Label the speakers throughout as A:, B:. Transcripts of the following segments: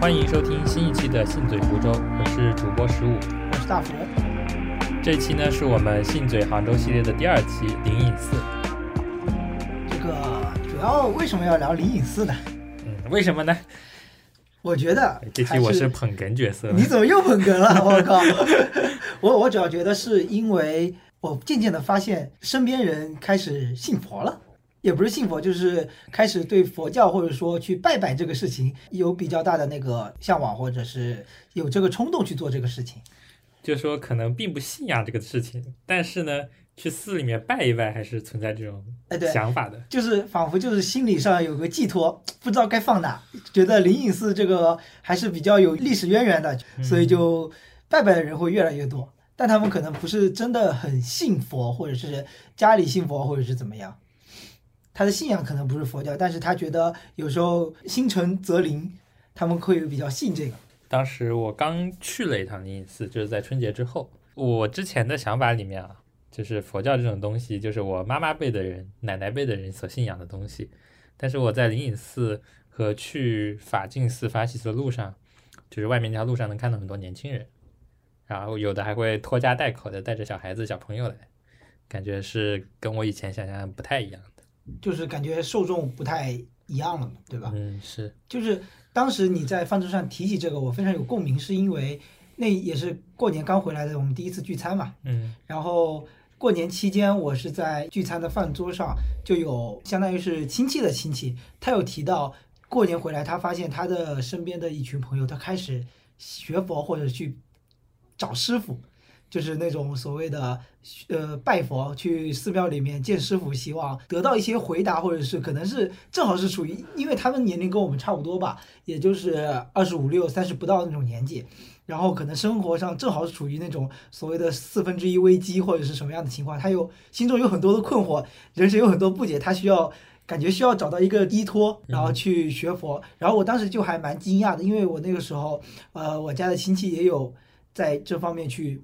A: 欢迎收听新一期的《信嘴福州》，我是主播十五。
B: 我是大福。
A: 这期呢是我们信嘴杭州系列的第二期《灵隐寺》。
B: 这个主要为什么要聊灵隐寺呢？
A: 嗯，为什么呢？
B: 我觉得
A: 哎这期
B: 还
A: 我是捧哏角色。
B: 你怎么又捧哏了？ 我靠！我我主要觉得是因为我渐渐的发现身边人开始信佛了，也不是信佛，就是开始对佛教或者说去拜拜这个事情有比较大的那个向往，或者是有这个冲动去做这个事情。
A: 就说可能并不信仰这个事情，但是呢，去寺里面拜一拜还是存在这种
B: 哎，对，
A: 想法的。
B: 就是仿佛就是心理上有个寄托，不知道该放哪，觉得灵隐寺这个还是比较有历史渊源的，所以就拜拜的人会越来越多。但他们可能不是真的很信佛，或者是家里信佛，或者是怎么样。他的信仰可能不是佛教，但是他觉得有时候心诚则灵，他们会比较信这个。
A: 当时我刚去了一趟灵隐寺，就是在春节之后。我之前的想法里面啊，就是佛教这种东西，就是我妈妈辈的人、奶奶辈的人所信仰的东西。但是我在灵隐寺和去法净寺、法喜寺的路上，就是外面那条路上能看到很多年轻人，然后有的还会拖家带口的带着小孩子、小朋友来，感觉是跟我以前想象的不太一样的。
B: 就是感觉受众不太一样了嘛，对吧？
A: 嗯，是，
B: 就是当时你在饭桌上提起这个，我非常有共鸣，是因为那也是过年刚回来的我们第一次聚餐嘛。
A: 嗯
B: 然后过年期间，我是在聚餐的饭桌上，就有相当于是亲戚的亲戚，他有提到过年回来，他发现他的身边的一群朋友，他开始学佛或者去找师傅。就是那种所谓的，呃，拜佛去寺庙里面见师傅，希望得到一些回答，或者是可能是正好是属于，因为他们年龄跟我们差不多吧，也就是二十五六、三十不到那种年纪，然后可能生活上正好处于那种所谓的四分之一危机或者是什么样的情况，他有心中有很多的困惑，人生有很多不解，他需要感觉需要找到一个依托，然后去学佛。然后我当时就还蛮惊讶的，因为我那个时候，呃，我家的亲戚也有在这方面去。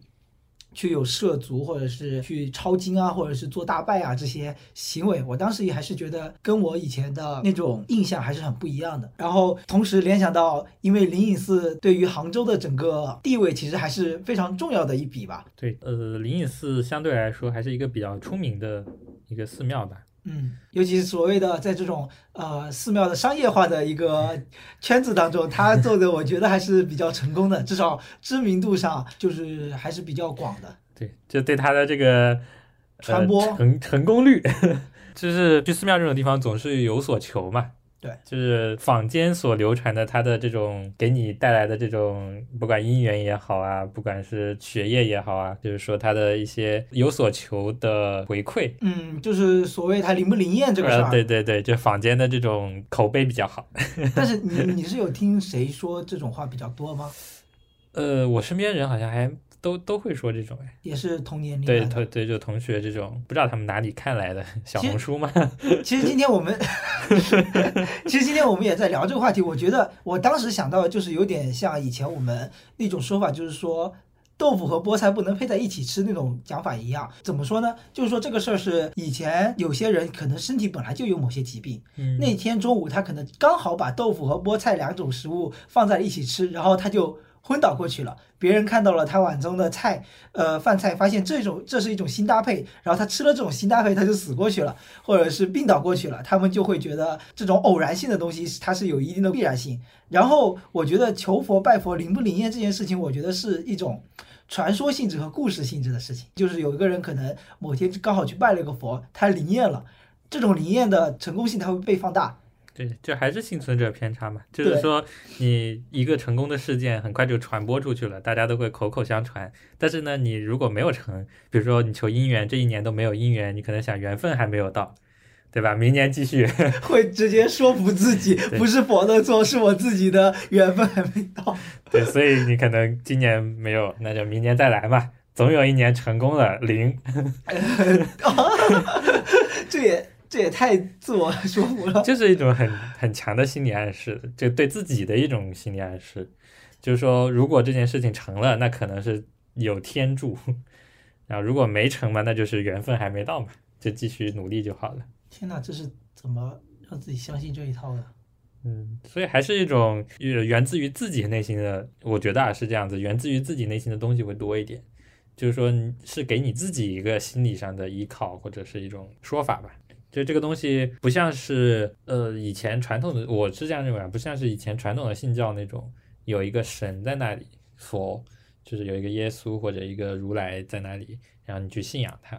B: 去有涉足，或者是去抄经啊，或者是做大拜啊这些行为，我当时也还是觉得跟我以前的那种印象还是很不一样的。然后同时联想到，因为灵隐寺对于杭州的整个地位其实还是非常重要的一笔吧。
A: 对，呃，灵隐寺相对来说还是一个比较出名的一个寺庙吧。
B: 嗯，尤其是所谓的在这种呃寺庙的商业化的一个圈子当中，他做的我觉得还是比较成功的，至少知名度上就是还是比较广的。
A: 对，就对它的这个、呃
B: 传播
A: 成成功 率，就是去寺庙这种地方总是有所求嘛。
B: 对，
A: 就是坊间所流传的它的这种给你带来的这种，不管姻缘也好啊，不管是学业也好啊，就是说它的一些有所求的回馈。
B: 嗯，就是所谓他灵不灵验这个事儿、啊
A: 呃，对对对，就坊间的这种口碑比较好。
B: 但是你你是有听谁说这种话比较多吗？
A: 呃，我身边人好像还都都会说这种哎。
B: 也是同年龄啊
A: 对
B: 段的
A: 同对，就同学这种，不知道他们哪里看来的小
B: 其实
A: 红书 吗？
B: 其实今天我 们，其实今天我们也在聊这个话题。我觉得我当时想到的就是有点像以前我们那种说法，就是说豆腐和菠菜不能配在一起吃那种讲法一样。怎么说呢？就是说这个事儿是以前有些人可能身体本来就有某些疾病，
A: 嗯
B: 那天中午他可能刚好把豆腐和菠菜两种食物放在一起吃，然后他就昏倒过去了。别人看到了他碗中的菜，呃，饭菜，发现这种这是一种新搭配，然后他吃了这种新搭配，他就死过去了， 或者是病倒过去了。他们就会觉得这种偶然性的东西，它是有一定的必然性。然后我觉得求佛拜佛灵不灵验这件事情，我觉得是一种。传说性质和故事性质的事情，就是有一个人可能某天刚好去拜了个佛，他灵验了，这种灵验的成功性它会被放大。
A: 对，就还是幸存者偏差嘛，就是
B: 对
A: 说你一个成功的事件很快就传播出去了，大家都会口口相传。但是呢，你如果没有成，比如说你求姻缘，这一年都没有姻缘，你可能想缘分还没有到，对吧？明年继续。
B: 会直接说服自己，不是佛的错，是我自己的缘分还没到。
A: 对，所以你可能今年没有，那就明年再来嘛，总有一年成功了零。
B: 这也这也太自我说服了。
A: 这是一种很 很强的心理暗示，就对自己的一种心理暗示，就是说，如果这件事情成了，那可能是有天助； 然后如果没成嘛，那就是缘分还没到嘛，就继续努力就好了。
B: 天哪，这是怎么让自己相信这一套的？
A: 嗯，所以还是一种呃源自于自己内心的，我觉得啊是这样子，源自于自己内心的东西会多一点，就是说你是给你自己一个心理上的依靠或者是一种说法吧。就这个东西不像是呃以前传统的，我是这样认为，啊，不像是以前传统的信教那种有一个神在那里，佛就是有一个耶稣或者一个如来在那里，然后你去信仰他，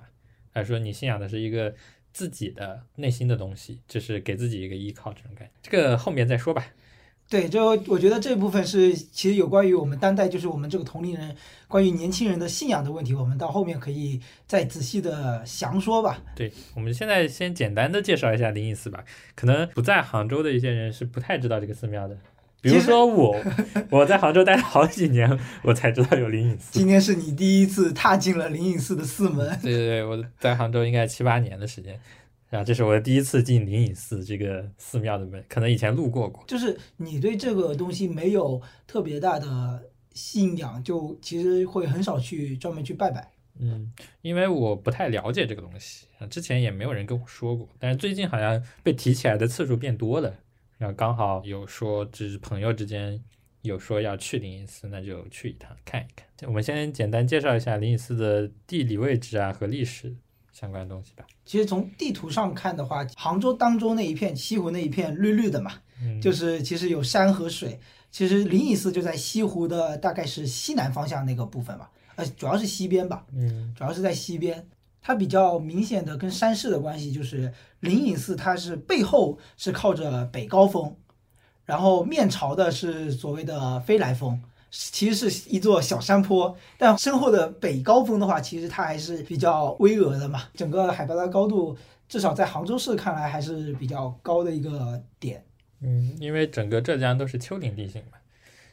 A: 而说你信仰的是一个自己的内心的东西，就是给自己一个依靠这种感觉。这个后面再说吧。
B: 对，就我觉得这部分是其实有关于我们当代，就是我们这个同龄人，关于年轻人的信仰的问题，我们到后面可以再仔细的详说吧。
A: 对，我们现在先简单的介绍一下灵隐寺吧。可能不在杭州的一些人是不太知道这个寺庙的，比如
B: 其实
A: 说我，我在杭州待了好几年，我才知道有灵隐寺。
B: 今天是你第一次踏进了灵隐寺的寺门，
A: 对对对，我在杭州应该七八年的时间，然后这是我第一次进灵隐寺这个寺庙的门，可能以前路过过。
B: 就是你对这个东西没有特别大的信仰，就其实会很少去专门去拜拜。
A: 嗯，因为我不太了解这个东西，啊之前也没有人跟我说过，但是最近好像被提起来的次数变多了，然后刚好有说，就是朋友之间有说要去灵隐寺，那就去一趟看一看。我们先简单介绍一下灵隐寺的地理位置啊和历史相关的东西吧。
B: 其实从地图上看的话，杭州当中那一片西湖那一片绿绿的嘛，
A: 嗯，
B: 就是其实有山和水。其实灵隐寺就在西湖的大概是西南方向那个部分吧，呃，主要是西边吧。
A: 嗯
B: 主要是在西边。它比较明显的跟山势的关系就是灵隐寺，它是背后是靠着北高峰，然后面朝的是所谓的飞来峰，其实是一座小山坡。但身后的北高峰的话，其实它还是比较巍峨的嘛，整个海拔的高度至少在杭州市看来还是比较高的一个点。
A: 嗯，因为整个浙江都是丘陵地形嘛，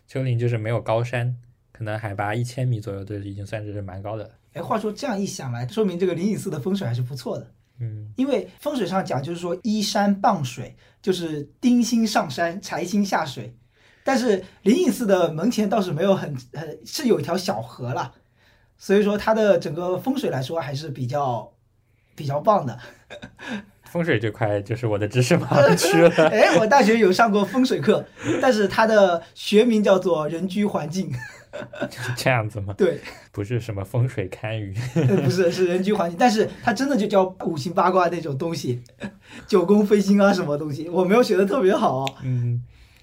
A: 丘陵就是没有高山，可能海拔一千米左右都已经算是蛮高的了。
B: 哎，话说这样一想来，说明这个灵隐寺的风水还是不错的。
A: 嗯
B: 因为风水上讲，就是说依山傍水，就是丁星上山，财星下水。但是灵隐寺的门前倒是没有很很是有一条小河啦，所以说它的整个风水来说还是比较比较棒的。
A: 风水这块就是我的知识盲区了。
B: 哎，我大学有上过风水课，但是它的学名叫做人居环境，
A: 是这样子吗？
B: 对，
A: 不是什么风水堪舆。
B: 不是是人居环境，但是它真的就叫五行八卦那种东西， 九宫飞星啊什么东西，我没有学的特别好、哦。
A: 嗯，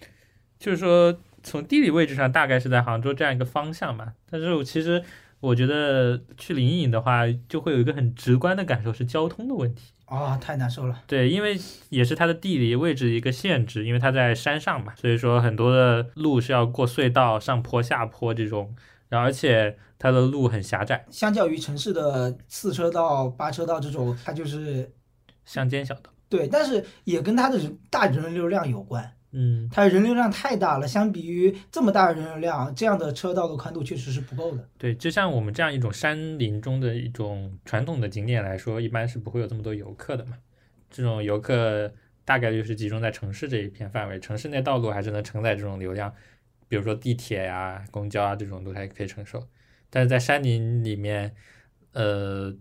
A: 就是说从地理位置上大概是在杭州这样一个方向嘛。但是我其实我觉得去灵隐的话，就会有一个很直观的感受是交通的问题。
B: 啊、太难受了。
A: 对，因为也是它的地理位置一个限制，因为它在山上嘛，所以说很多的路是要过隧道、上坡、下坡这种，然后而且它的路很狭窄，
B: 相较于城市的四车道、八车道这种，它就是
A: 乡间小道。
B: 对，但是也跟它的人大人流量有关。
A: 嗯，
B: 它人流量太大了，相比于这么大的人流量，这样的车道的宽度确实是不够的。
A: 对，就像我们这样一种山林中的一种传统的景点来说，一般是不会有这么多游客的嘛。这种游客大概率是集中在城市这一片范围，城市内道路还是能承载这种流量，比如说地铁呀、公交啊这种都还可以承受。但是在山林里面，呃，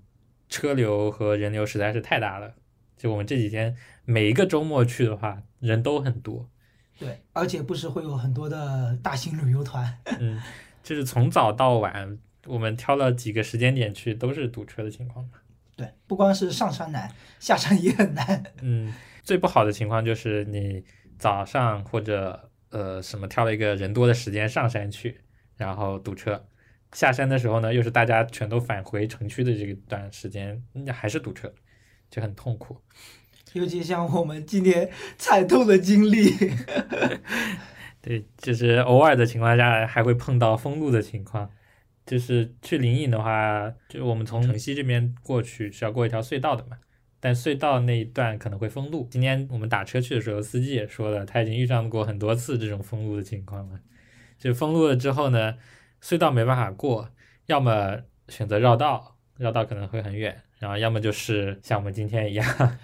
A: 车流和人流实在是太大了。就我们这几天每一个周末去的话，人都很多。
B: 对，而且不时会有很多的大型旅游团。
A: 嗯，就是从早到晚，我们挑了几个时间点去，都是堵车的情况嘛。
B: 对，不光是上山难，下山也很难。
A: 嗯，最不好的情况就是你早上或者呃什么挑了一个人多的时间上山去，然后堵车。下山的时候呢，又是大家全都返回城区的这个段时间，那还是堵车，就很痛苦。
B: 尤其像我们今年惨痛的经历，
A: 对，就是偶尔的情况下还会碰到封路的情况。就是去灵隐的话，就是我们从城西这边过去是要过一条隧道的嘛，但隧道那一段可能会封路。今天我们打车去的时候，司机也说了，他已经遇上过很多次这种封路的情况了。就封路了之后呢，隧道没办法过，要么选择绕道，绕道可能会很远，然后要么就是像我们今天一样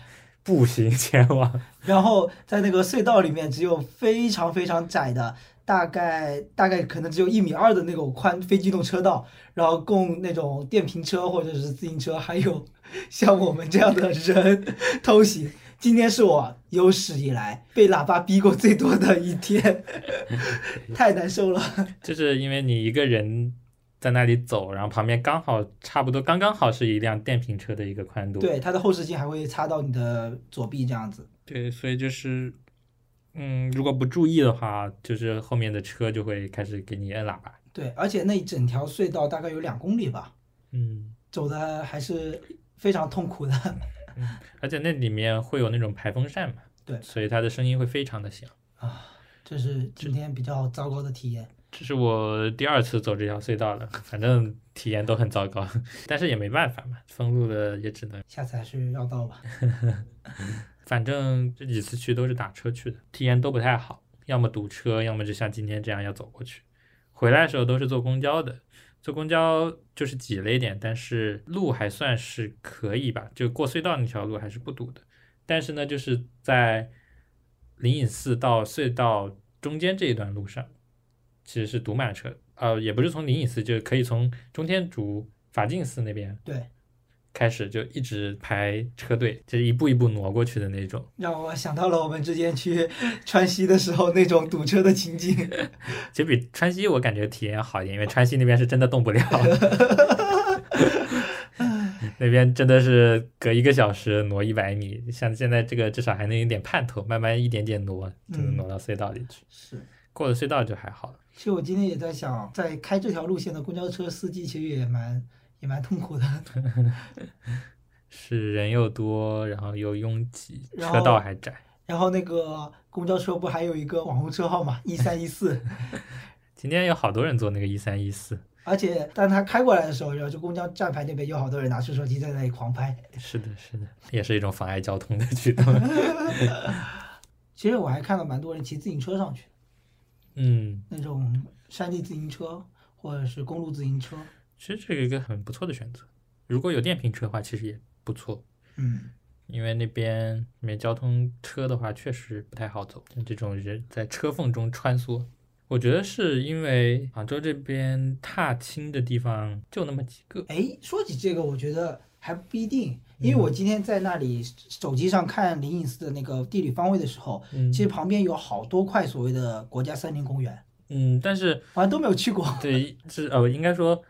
A: 步行前往。
B: 然后在那个隧道里面，只有非常非常窄的，大概大概可能只有一米二的那种宽非机动车道，然后供那种 电瓶车或者是自行车，还有像我们这样的人通行。今天是我有史以来被喇叭逼过最多的一天， 太难受了。
A: 就是因为你一个人在那里走，然后旁边刚好差不多刚刚好是一辆电瓶车的一个宽度。
B: 对，它的后视镜还会擦到你的左臂这样子。
A: 对，所以就是，嗯，如果不注意的话，就是后面的车就会开始给你摁喇叭。
B: 对，而且那一整条隧道大概有两公里吧，
A: 嗯，
B: 走的还是非常痛苦的。
A: 而且那里面会有那种排风扇嘛，
B: 对
A: 所以它的声音会非常的响。
B: 啊，这是今天比较糟糕的体验。
A: 这是我第二次走这条隧道了，反正体验都很糟糕， 但是也没办法嘛，封路了也只能，
B: 下次还是绕道吧。
A: 反正这几次去都是打车去的，体验都不太好，要么堵车，要么就像今天这样要走过去。回来的时候都是坐公交的，坐公交就是挤了一点，但是路还算是可以吧，就过隧道那条路还是不堵的。但是呢，就是在灵隐寺到隧道中间这一段路上，其实是堵满了车的。呃，也不是从灵隐寺，就是可以从中天竺法净寺那边
B: 对，
A: 开始就一直排车队，就是一步一步挪过去的那种。
B: 让我想到了我们之前去 川西的时候那种堵车的情景。
A: 其实比川西我感觉体验好一点，因为川西那边是真的动不了， 那边真的是隔一个小时挪一百米，像现在这个至少还能有点盼头，慢慢一点点挪就
B: 嗯
A: 能挪到隧道里去。
B: 是，
A: 过了隧道就还好了。
B: 其实我今天也在想，在开这条路线的公交车司机其实也蛮也蛮痛苦的。
A: 是人又多，然后又拥挤，
B: 然后
A: 车道还窄。
B: 然后那个公交车不还有一个网红车号嘛，一三一四，
A: 今天有好多人坐那个一三一四，
B: 而且当他开过来的时候，然后就公交站牌那边有好多人拿出手机在那里狂拍。
A: 是的，是的，也是一种妨碍交通的举动。
B: 其实我还看到蛮多人骑自行车上去，
A: 嗯，
B: 那种山地自行车或者是公路自行车。
A: 其实这个一个很不错的选择。如果有电瓶车的话，其实也不错。
B: 嗯，
A: 因为那边没交通车的话，确实不太好走。像这种人在车缝中穿梭，我觉得是因为杭州这边踏青的地方就那么几个。
B: 哎，说起这个，我觉得还不一定，
A: 嗯
B: 因为我今天在那里手机上看灵隐寺的那个地理方位的时候，
A: 嗯
B: 其实旁边有好多块所谓的国家森林公园，
A: 嗯，但是
B: 好像都没有去过，
A: 对，是呃，应该说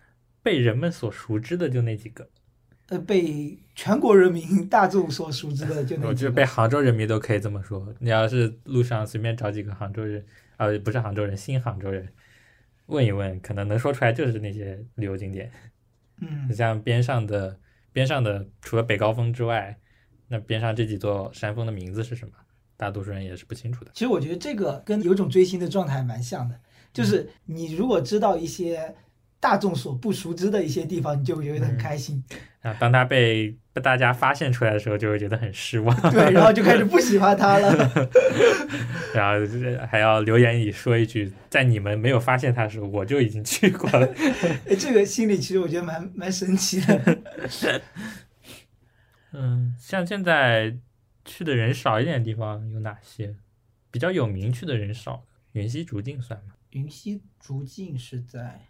A: 被人们所熟知的就那几个。
B: 呃，被全国人民 大众所熟知的就那
A: 我觉
B: 几
A: 得
B: 个。
A: 被杭州人迷都可以这么说。你要是路上随便找几个杭州人，呃，不是杭州人，新杭州人，问一问，可能能说出来就是那些旅游景点。
B: 嗯
A: 你，像边上的边上的，除了北高峰之外，那边上这几座山峰的名字是什么？大多数人也是不清楚的。
B: 其实我觉得这个跟有种追星的状态蛮像的，就是你如果知道一些大众所不熟知的一些地方，你就会觉
A: 嗯
B: 得很开心，
A: 啊，当他被被大家发现出来的时候，就会觉得很失望，
B: 对，然后就开始不喜欢他了。
A: 然后就是还要留言里说一句，在你们没有发现他的时候，我就已经去过了。
B: 哎这个心理其实我觉得蛮蛮神奇的。
A: 嗯，像现在去的人少一点的地方有哪些？比较有名去的人少的，云溪竹径算吗？
B: 云溪竹径是在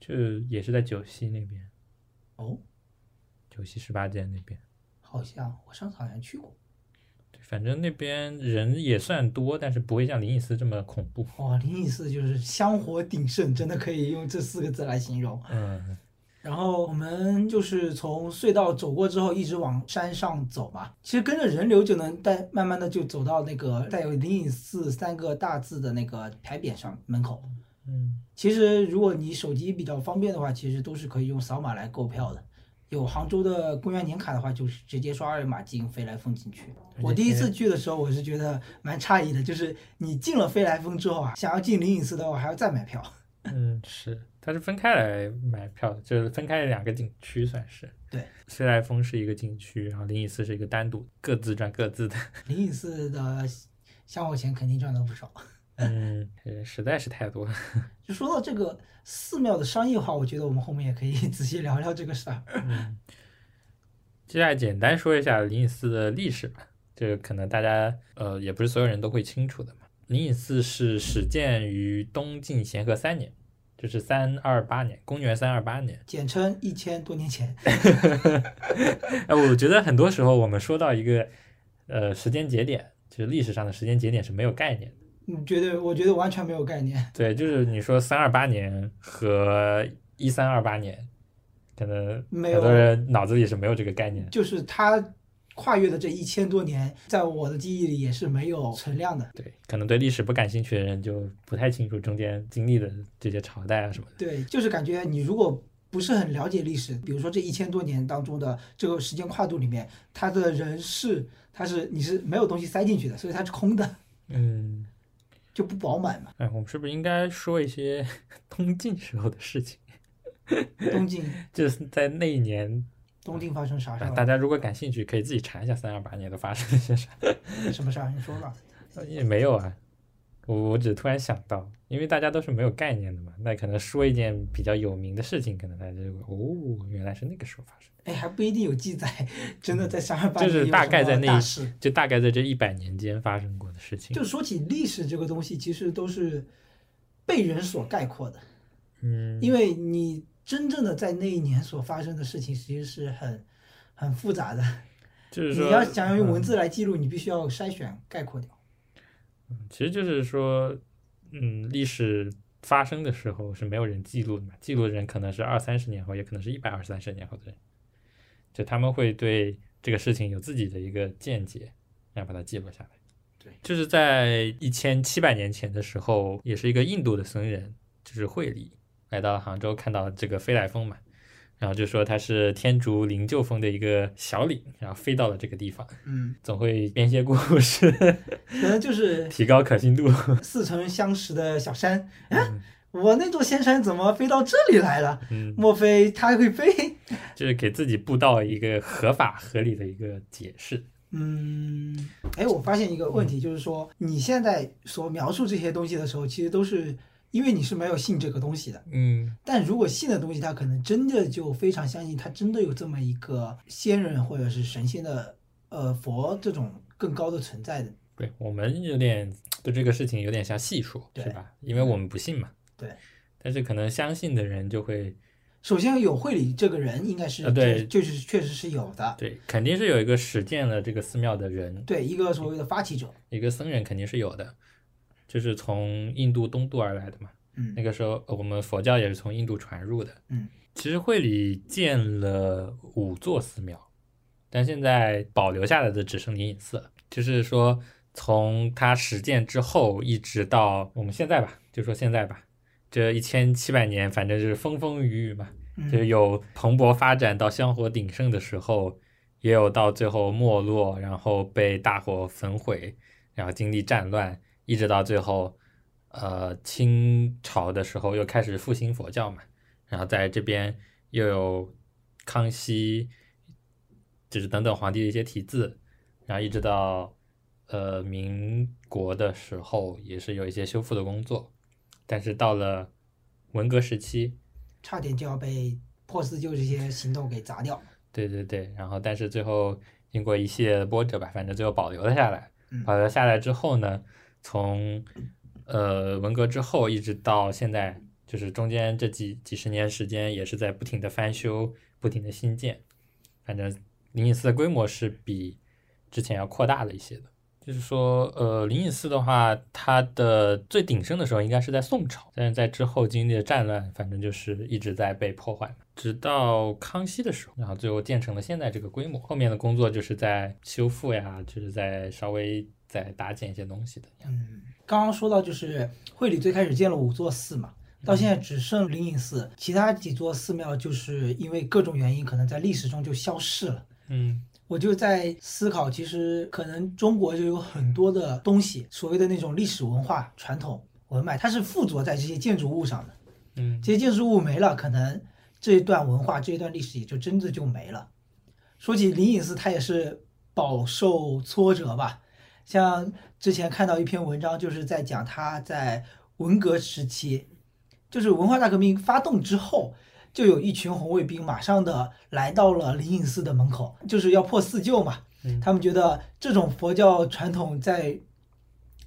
A: 就也是在九溪那边，
B: 哦，
A: 九溪十八涧那边。
B: 好像我上次好像去过。
A: 对，反正那边人也算多，但是不会像灵隐寺这么恐怖。
B: 哇，灵隐寺就是香火鼎盛，真的可以用这四个字来形容。
A: 嗯，
B: 然后我们就是从隧道走过之后，一直往山上走嘛。其实跟着人流就能带，慢慢的就走到那个带有灵隐寺三个大字的那个牌匾上门口。
A: 嗯，
B: 其实如果你手机比较方便的话，其实都是可以用扫码来购票的。有杭州的公园年卡的话，就是直接刷二维码进飞来峰景区。我第一次去的时候，我是觉得蛮诧异的，就是你进了飞来峰之后啊，想要进灵隐寺的话，还要再买票。
A: 嗯，是，它是分开来买票的，就是分开两个景区算是。
B: 对，
A: 飞来峰是一个景区，然后灵隐寺是一个单独各自赚各自的。
B: 灵隐寺的香火钱肯定赚了不少。
A: 嗯，人实在是太多了。
B: 就说到这个寺庙的商业化，我觉得我们后面也可以 仔细聊聊这个事儿。
A: 嗯，接下来简单说一下灵隐寺的历史吧，这个可能大家呃也不是所有人都会清楚的嘛。灵隐寺是始建于东晋咸和三年，就是三二八年，公元三二八 年。
B: 简称一千多年前，
A: 哎，我觉得很多时候我们说到一个呃时间节点，就是历史上的时间节点是没有概念的。
B: 你嗯觉得？我觉得完全没有概念。
A: 对，就是你说三二八年和一三二八年，可能
B: 没
A: 很
B: 有
A: 多人脑子里是没有这个概念的。
B: 就是它跨越的这一千多年，在我的记忆里也是没有存量的。
A: 对，可能对历史不感兴趣的人就不太清楚中间经历的这些朝代啊什么的。
B: 对，就是感觉你如果不是很了解历史，比如说这一千多年当中的这个时间跨度里面，它的人事它是你是没有东西塞进去的，所以它是空的，
A: 嗯，
B: 就不饱满嘛。
A: 哎，我们是不是应该说一些 东晋时候的事情？
B: 东晋，
A: 就是在那一年，
B: 东晋发生啥事
A: 啊
B: 儿
A: 大
B: 了？
A: 家如果感兴趣，可以自己查一下三二八年都发生了些 啥。
B: 什么事儿？你说吧。
A: 也没有啊，我我只突然想到，因为大家都是没有概念的嘛，那可能说一件比较有名的事情，可能大家就会哦，原来是那个时候发生的，
B: 哎，还不一定有记载，真的在三二八
A: 嗯就
B: 年
A: 是
B: 有
A: 大
B: 什
A: 概
B: 么
A: 在那
B: 大
A: 一
B: 事。
A: 就大概在这一百年间发生过的事情
B: 就。说起历史这个东西，其实都是被人所概括的，
A: 嗯，
B: 因为你真正的在那一年所发生的事情，其实是很很复杂的。
A: 就是说
B: 你要想要用
A: 嗯
B: 文字来记录，你必须要筛选概括掉。
A: 嗯其实就是说，嗯，历史发生的时候是没有人记录的嘛，记录的人可能是二三十年后，也可能是一百二三十年后的人，就他们会对这个事情有自己的一个见解，然后把它记录下来。
B: 对，
A: 就是在一千七百年前的时候，也是一个印度的僧人，就是惠理，来到杭州看到这个飞来峰嘛，然后就说他是天竺灵鹫峰的一个小岭，然后飞到了这个地方，
B: 嗯，
A: 总会编些故事，
B: 可能就是
A: 提高可信度。
B: 似曾相识的小山。哎，我那座仙山怎么飞到这里来了？
A: 嗯，
B: 莫非它会飞？
A: 就是给自己布到一个合法合理的一个解释。
B: 嗯，哎，我发现一个
A: 嗯
B: 问题，就是说你现在所描述这些东西的时候，其实都是因为你是没有信这个东西的。
A: 嗯，
B: 但如果信的东西，他可能真的就非常相信，他真的有这么一个仙人或者是神仙的，呃，佛这种更高的存在的。
A: 对我们有点对这个事情有点像戏说，
B: 对
A: 是吧？因为我们不信嘛。
B: 对。
A: 但是可能相信的人就会
B: 首先有慧理这个人，应该是、
A: 呃对
B: 就是确实是有的，
A: 对，肯定是有一个实践了这个寺庙的人，
B: 对一个所谓的发起者，
A: 一个僧人肯定是有的，就是从印度东渡而来的嘛。
B: 嗯
A: 那，个时候呃我们佛教也是从印度传入的。
B: 嗯，
A: 其实会理建了五座寺庙，但现在保留下来的只剩灵隐寺了。就是说，从它始建之后一直到我们现在吧，就说现在吧，这一千七百年，反正就是风风雨雨嘛，
B: 嗯
A: 就是有蓬勃发展到香火鼎盛的时候，也有到最后没落，然后被大火焚毁，然后经历战乱，一直到最后，呃，清朝的时候又开始复兴佛教嘛，然后在这边又有康熙，就是等等皇帝的一些题字，然后一直到呃民国的时候，也是有一些修复的工作，但是到了文革时期。
B: 差点就要被破四旧这些行动给砸掉。
A: 对对对，然后但是最后经过一系列的波折吧，反正最后保留了下来。
B: 嗯
A: 保留下来之后呢，从呃文革之后一直到现在，就是中间这几几十年时间，也是在不停的翻修、不停的新建。反正灵隐寺的规模是比之前要扩大了一些的。就是说，呃，灵隐寺的话，它的最鼎盛的时候应该是在宋朝，但是在之后经历了战乱，反正就是一直在被破坏，直到康熙的时候，然后最后建成了现在这个规模。后面的工作就是在修复呀，就是在稍微再搭建一些东西的样子。
B: 嗯，刚刚说到就是会理最开始建了五座寺嘛，
A: 嗯
B: 到现在只剩灵隐寺，其他几座寺庙就是因为各种原因，可能在历史中就消逝了。
A: 嗯
B: 我就在思考，其实可能中国就有很多的东西，所谓的那种历史文化传统文脉，它是附着在这些建筑物上的。
A: 嗯，
B: 这些建筑物没了，可能这一段文化、这一段历史也就真的就没了。说起灵隐寺，它也是饱受挫折吧。像之前看到一篇文章，就是在讲它在文革时期，就是文化大革命发动之后，就有一群红卫兵马上的来到了灵隐寺的门口，就是要破四旧嘛
A: 嗯。
B: 他们觉得这种佛教传统在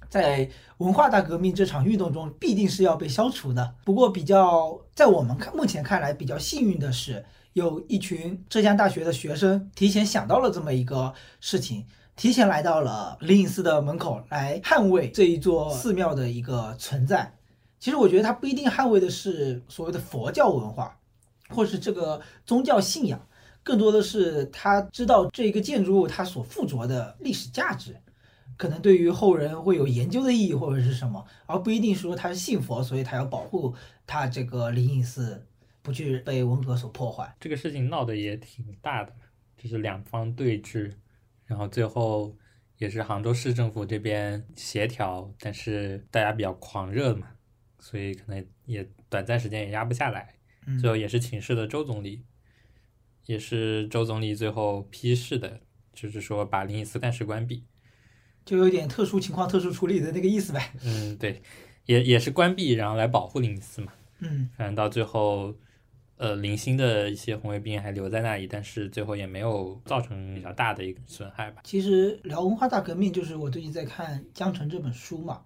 B: 在文化大革命这场运动中必定是要被消除的。不过，比较在我们看目前看来比较幸运的是，有一群浙江大学的学生提前想到了这么一个事情，提前来到了灵隐寺的门口，来捍卫这一座寺庙的一个存在。其实我觉得他不一定捍卫的是所谓的佛教文化，或是这个宗教信仰，更多的是他知道这一个建筑物它所附着的历史价值，可能对于后人会有研究的意义或者是什么，而不一定说他是信佛，所以他要保护他这个灵隐寺不去被文革所破坏。
A: 这个事情闹得也挺大的嘛，就是两方对峙，然后最后也是杭州市政府这边协调，但是大家比较狂热嘛，所以可能也短暂时间也压不下来，
B: 嗯
A: 最后也是请示的周总理，也是周总理最后批示的，就是说把灵隐寺暂时关闭。
B: 就有点特殊情况特殊处理的那个意思呗。
A: 嗯，对，也也是关闭，然后来保护灵隐寺嘛。
B: 嗯，
A: 反正到最后，呃，零星的一些红卫兵还留在那里，但是最后也没有造成比较大的一个损害吧。
B: 其实聊文化大革命，就是我最近在看《江城》这本书嘛，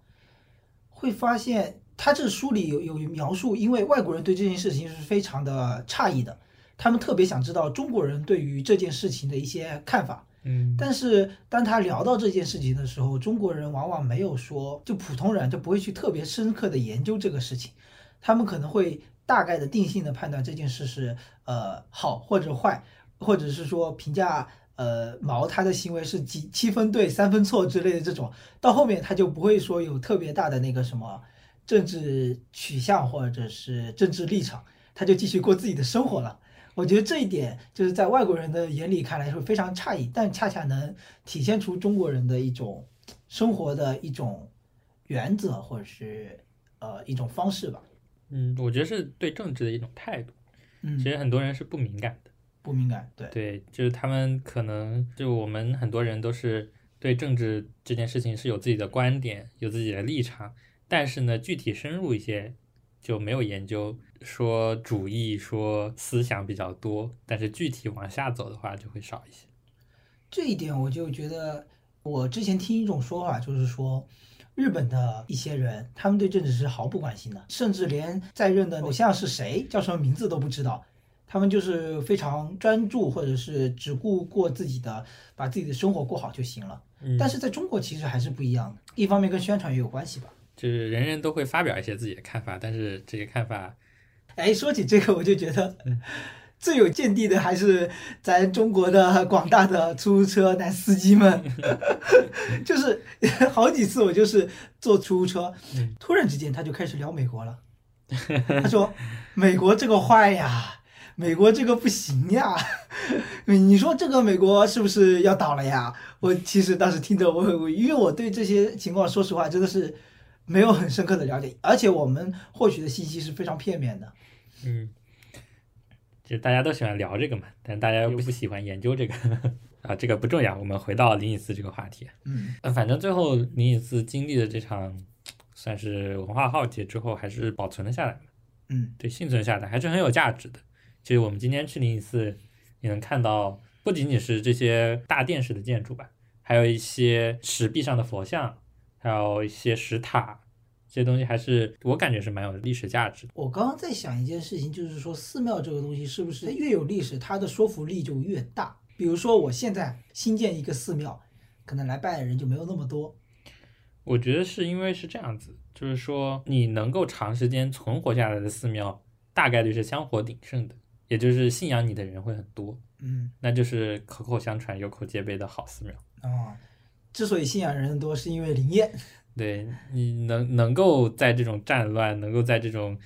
B: 会发现他这书里有有描述，因为外国人对这件事情是非常的诧异的，他们特别想知道中国人对于这件事情的一些看法。
A: 嗯
B: 但是当他聊到这件事情的时候，中国人往往没有说，就普通人就不会去特别深刻的研究这个事情，他们可能会大概的定性的判断这件事是呃好或者坏，或者是说评价呃毛他的行为是几七分对三分错之类的这种，到后面他就不会说有特别大的那个什么政治取向或者是政治立场，他就继续过自己的生活了。我觉得这一点就是在外国人的眼里看来是非常诧异，但恰恰能体现出中国人的一种生活的一种原则，或者是呃一种方式吧。
A: 嗯，我觉得是对政治的一种态度。
B: 嗯
A: 其，实很多人是不敏感的，
B: 不敏感，对，
A: 对，就是他们可能就我们很多人都是对政治这件事情是有自己的观点，有自己的立场，但是呢，具体深入一些就没有研究。说主义，说思想比较多，但是具体往下走的话就会少一些。
B: 这一点我就觉得，我之前听一种说法，就是说，日本的一些人，他们对政治是毫不关心的，甚至连在任
A: 哦
B: 的偶像是谁、叫什么名字都不知道。他们就是非常专注，或者是只顾过自己的，把自己的生活过好就行了。
A: 嗯
B: 但是在中国其实还是不一样的，一方面跟宣传也有关系吧。
A: 就是人人都会发表一些自己的看法，但是这些看法，
B: 哎，说起这个，我就觉得最有见地的还是咱中国的广大的出租车男司机们，就是 好几次我就是坐出租车，突然之间他就开始聊美国了，他说美国这个坏呀，美国这个不行呀，你说这个美国是不是要倒了呀？我其实当时听着我我因为我对这些情况说实话真的是。没有很深刻的了解，而且我们获取的信息是非常片面的。
A: 嗯，就是大家都喜欢聊这个嘛，但大家又不喜欢研究这个 啊，这个不重要。我们回到灵隐寺这个话题，
B: 嗯，
A: 呃，反正最后灵隐寺经历了这场算是文化浩劫之后，还是保存了下来嘛，
B: 嗯，
A: 对，幸存下来还是很有价值的。就是我们今天去灵隐寺，也能看到不仅仅是这些大殿式的建筑吧，还有一些石壁上的佛像，还有一些石塔，这些东西还是我感觉是蛮有历史价值的。
B: 我刚刚在想一件事情，就是说寺庙这个东西是不是越有历史，它的说服力就越大？比如说我现在新建一个寺庙，可能来拜的人就没有那么多。
A: 我觉得是因为是这样子，就是说你能够长时间存活下来的寺庙，大概率是香火鼎盛的，也就是信仰你的人会很多，
B: 嗯，
A: 那就是口口相传、有口皆碑的好寺庙。
B: 啊、之所以信仰人多，是因为灵验。
A: 对你能能够在这种战乱，能够在这种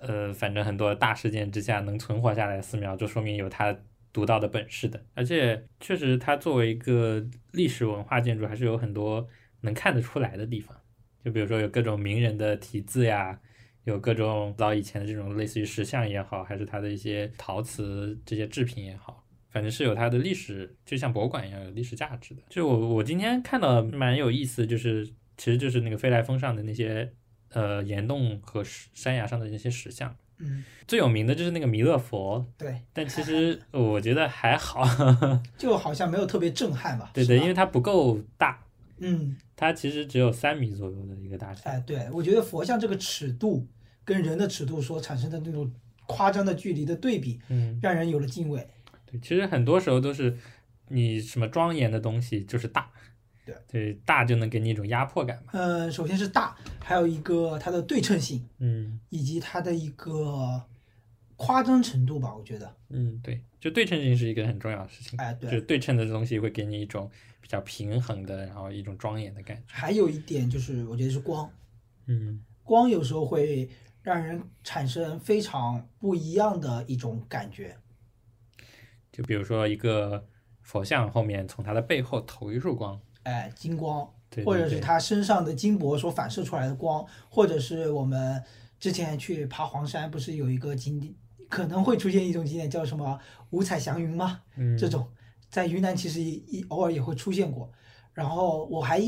A: 呃，反正很多大事件之下能存活下来的寺庙，就说明有它独到的本事的。而且确实，它作为一个历史文化建筑，还是有很多能看得出来的地方。就比如说有各种名人的题字呀，有各种早以前的这种类似于石像也好，还是它的一些陶瓷这些制品也好，反正是有它的历史，就像博物馆一样有历史价值的。就我我今天看到蛮有意思，就是其实就是那个飞来峰上的那些呃岩洞和石山崖上的那些石像，
B: 嗯，
A: 最有名的就是那个弥勒佛，
B: 对，
A: 但其 实我觉得还 好，
B: 就好像没有特别震撼吧？
A: 对
B: 是
A: 的，
B: 吧
A: 因为它不够大，
B: 嗯，
A: 它其实只有三米左右的一个大小。
B: 哎，对，我觉得佛像这个尺度跟人的尺度所产生的那种夸张的距离的对比，
A: 嗯，
B: 让人有了敬畏。
A: 对，其实很多时候都是你什么庄严的东西就是大，
B: 对
A: 对，大就能给你一种压迫感嘛。
B: 嗯，首先是大，还有一个它的对称性，
A: 嗯
B: 以及它的一个夸张程度吧，我觉得。
A: 嗯，对，就对称性是一个很重要的事情。
B: 哎，
A: 就
B: 对，
A: 对称的东西会给你一种比较平衡的，然后一种庄严的感觉。
B: 还有一点就是，我觉得是光，
A: 嗯
B: 光有时候会让人产生非常不一样的一种感觉。
A: 就比如说一个佛像后面从它的背后投一束光，
B: 哎，金光，
A: 对对
B: 或者是
A: 对
B: 它身上的金箔所反射出来的光，或者是我们之前去爬黄山，不是有一个景点，可能会出现一种景点叫什么五彩祥云吗？
A: 嗯，
B: 这种在云南其实也也偶尔也会出现过。然后我还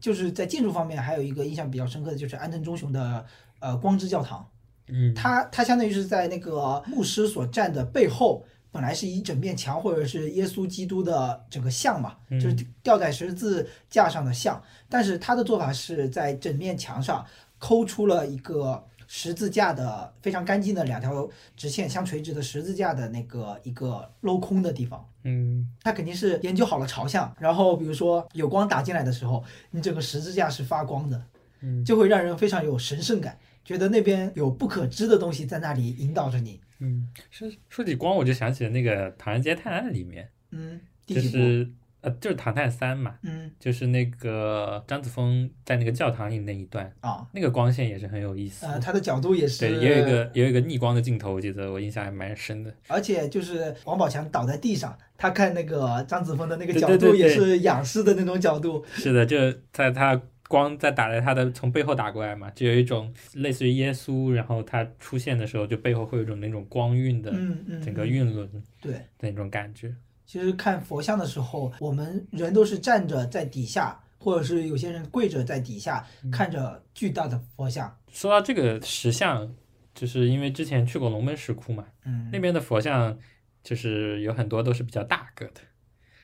B: 就是在建筑方面还有一个印象比较深刻的就是安藤忠雄的呃光之教堂，
A: 嗯，
B: 它它相当于是在那个牧师所站的背后，本来是一整面墙或者是耶稣基督的整个像嘛，
A: 嗯
B: 就是吊在十字架上的像，但是他的做法是在整面墙上抠出了一个。十字架的非常干净的两条直线相垂直的十字架的那个一个镂空的地方，
A: 嗯
B: 它肯定是研究好了朝向，然后比如说有光打进来的时候，你整个十字架是发光的，
A: 嗯
B: 就会让人非常有神圣感，觉得那边有不可知的东西在那里引导着你。
A: 嗯，说说起光，我就想起了那个《唐人街探案》里面，
B: 嗯，第
A: 就
B: 几部？
A: 是呃，就是《唐探三》嘛，
B: 嗯
A: 就是那个张子枫在那个教堂里那一段，
B: 啊，
A: 那个光线也是很有意思
B: 呃，
A: 的。
B: 它的角度也是，
A: 对，也有一，个也有一个逆光的镜头，我记得我印象还蛮深的。
B: 而且就是王宝强倒在地上，他看那个张子枫的那个
A: 对
B: 角
A: 对
B: 度
A: 对
B: 也
A: 对
B: 是仰视的那种角度，
A: 是的，就在他光在打在他的从背后打过来嘛，就有一种类似于耶稣，然后他出现的时候，就背后会有一种那种光晕的
B: 嗯嗯，
A: 整个
B: 嗯
A: 晕轮的
B: 对。
A: 那种感觉。
B: 其实看佛像的时候，我们人都是站着在底下，或者是有些人跪着在底下
A: 嗯
B: 看着巨大的佛像。
A: 说到这个石像，就是因为之前去过龙门石窟嘛，
B: 嗯，
A: 那边的佛像就是有很多都是比较大个的，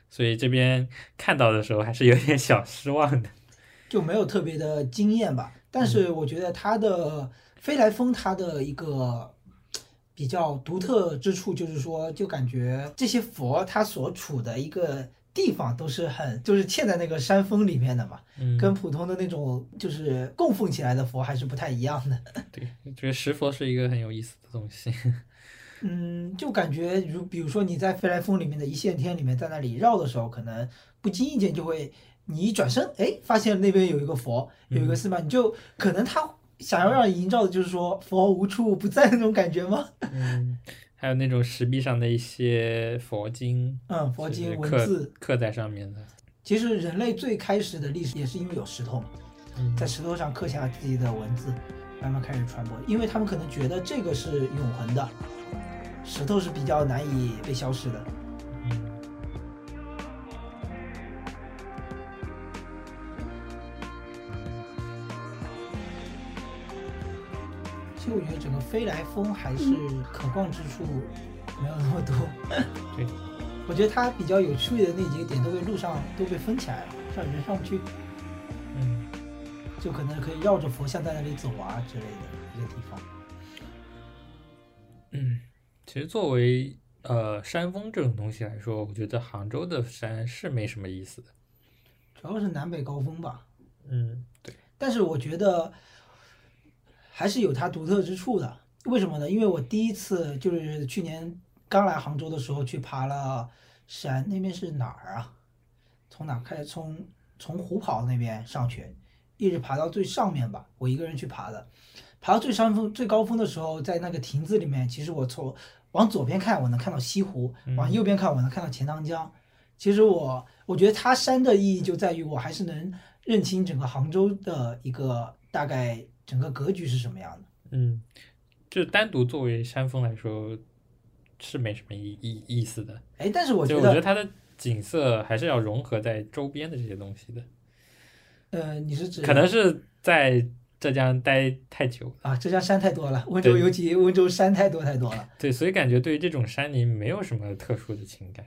A: 所以这边看到的时候还是有点小失望的。
B: 就没有特别的经验吧。但是我觉得它的飞来峰，它的一个比较独特之处就是说，就感觉这些佛它所处的一个地方都是很就是嵌在那个山峰里面的嘛，
A: 嗯，
B: 跟普通的那种就是供奉起来的佛还是不太一样的。
A: 对，觉得石佛是一个很有意思的东西。
B: 嗯，就感觉如比如说你在飞来峰里面的一线天里面，在那里绕的时候，可能不经意间就会，你一转身，哎，发现那边有一个佛，有一个寺庙，你就可能他想要让你营造的就是说佛无处不在那种感觉吗？
A: 嗯， 还有那种石壁上的一些佛经，
B: 嗯，佛
A: 就是
B: 经文
A: 刻
B: 字，
A: 刻在上面的。
B: 其实人类最开始的历史也是因为有石头嘛，
A: 嗯
B: 在石头上刻下自己的文字，慢慢开始传播，因为他们可能觉得这个是永恒的，石头是比较难以被消失的。
A: 嗯
B: 其实我觉得整个飞来峰还是可逛之处没有那么多。
A: 对，
B: 我觉得它比较有趣的那几个点都被路上都被封起来了，让人上不去，
A: 嗯，
B: 就可能可以绕着佛像在那里走啊之类的一个地方。
A: 其实作为呃山峰这种东西来说，我觉得杭州的山是没什么意思的。
B: 主要是南北高峰吧，
A: 嗯，对，
B: 但是我觉得还是有它独特之处的。为什么呢？因为我第一次就是去年刚来杭州的时候去爬了山，那边是哪儿啊？从哪开？从从虎跑那边上去，一直爬到最上面吧。我一个人去爬的，爬到最上峰、最高峰的时候，在那个亭子里面，其实我从往左边看我能看到西湖，往右边看我能看到钱塘江。其实我我觉得它山的意义就在于我还是能认清整个杭州的一个大概整个格局是什么样的。
A: 嗯，就单独作为山峰来说是没什么意意意思的。
B: 哎，但是我
A: 就
B: 觉
A: 我觉得
B: 得，
A: 它的景色还是要融合在周边的这些东西的，
B: 呃，你是指
A: 可能是在浙江待太久了。
B: 啊，浙江山太多了，温州
A: 对
B: 尤其温州山太多太多了。
A: 对，所以感觉对于这种山林没有什么特殊的情感，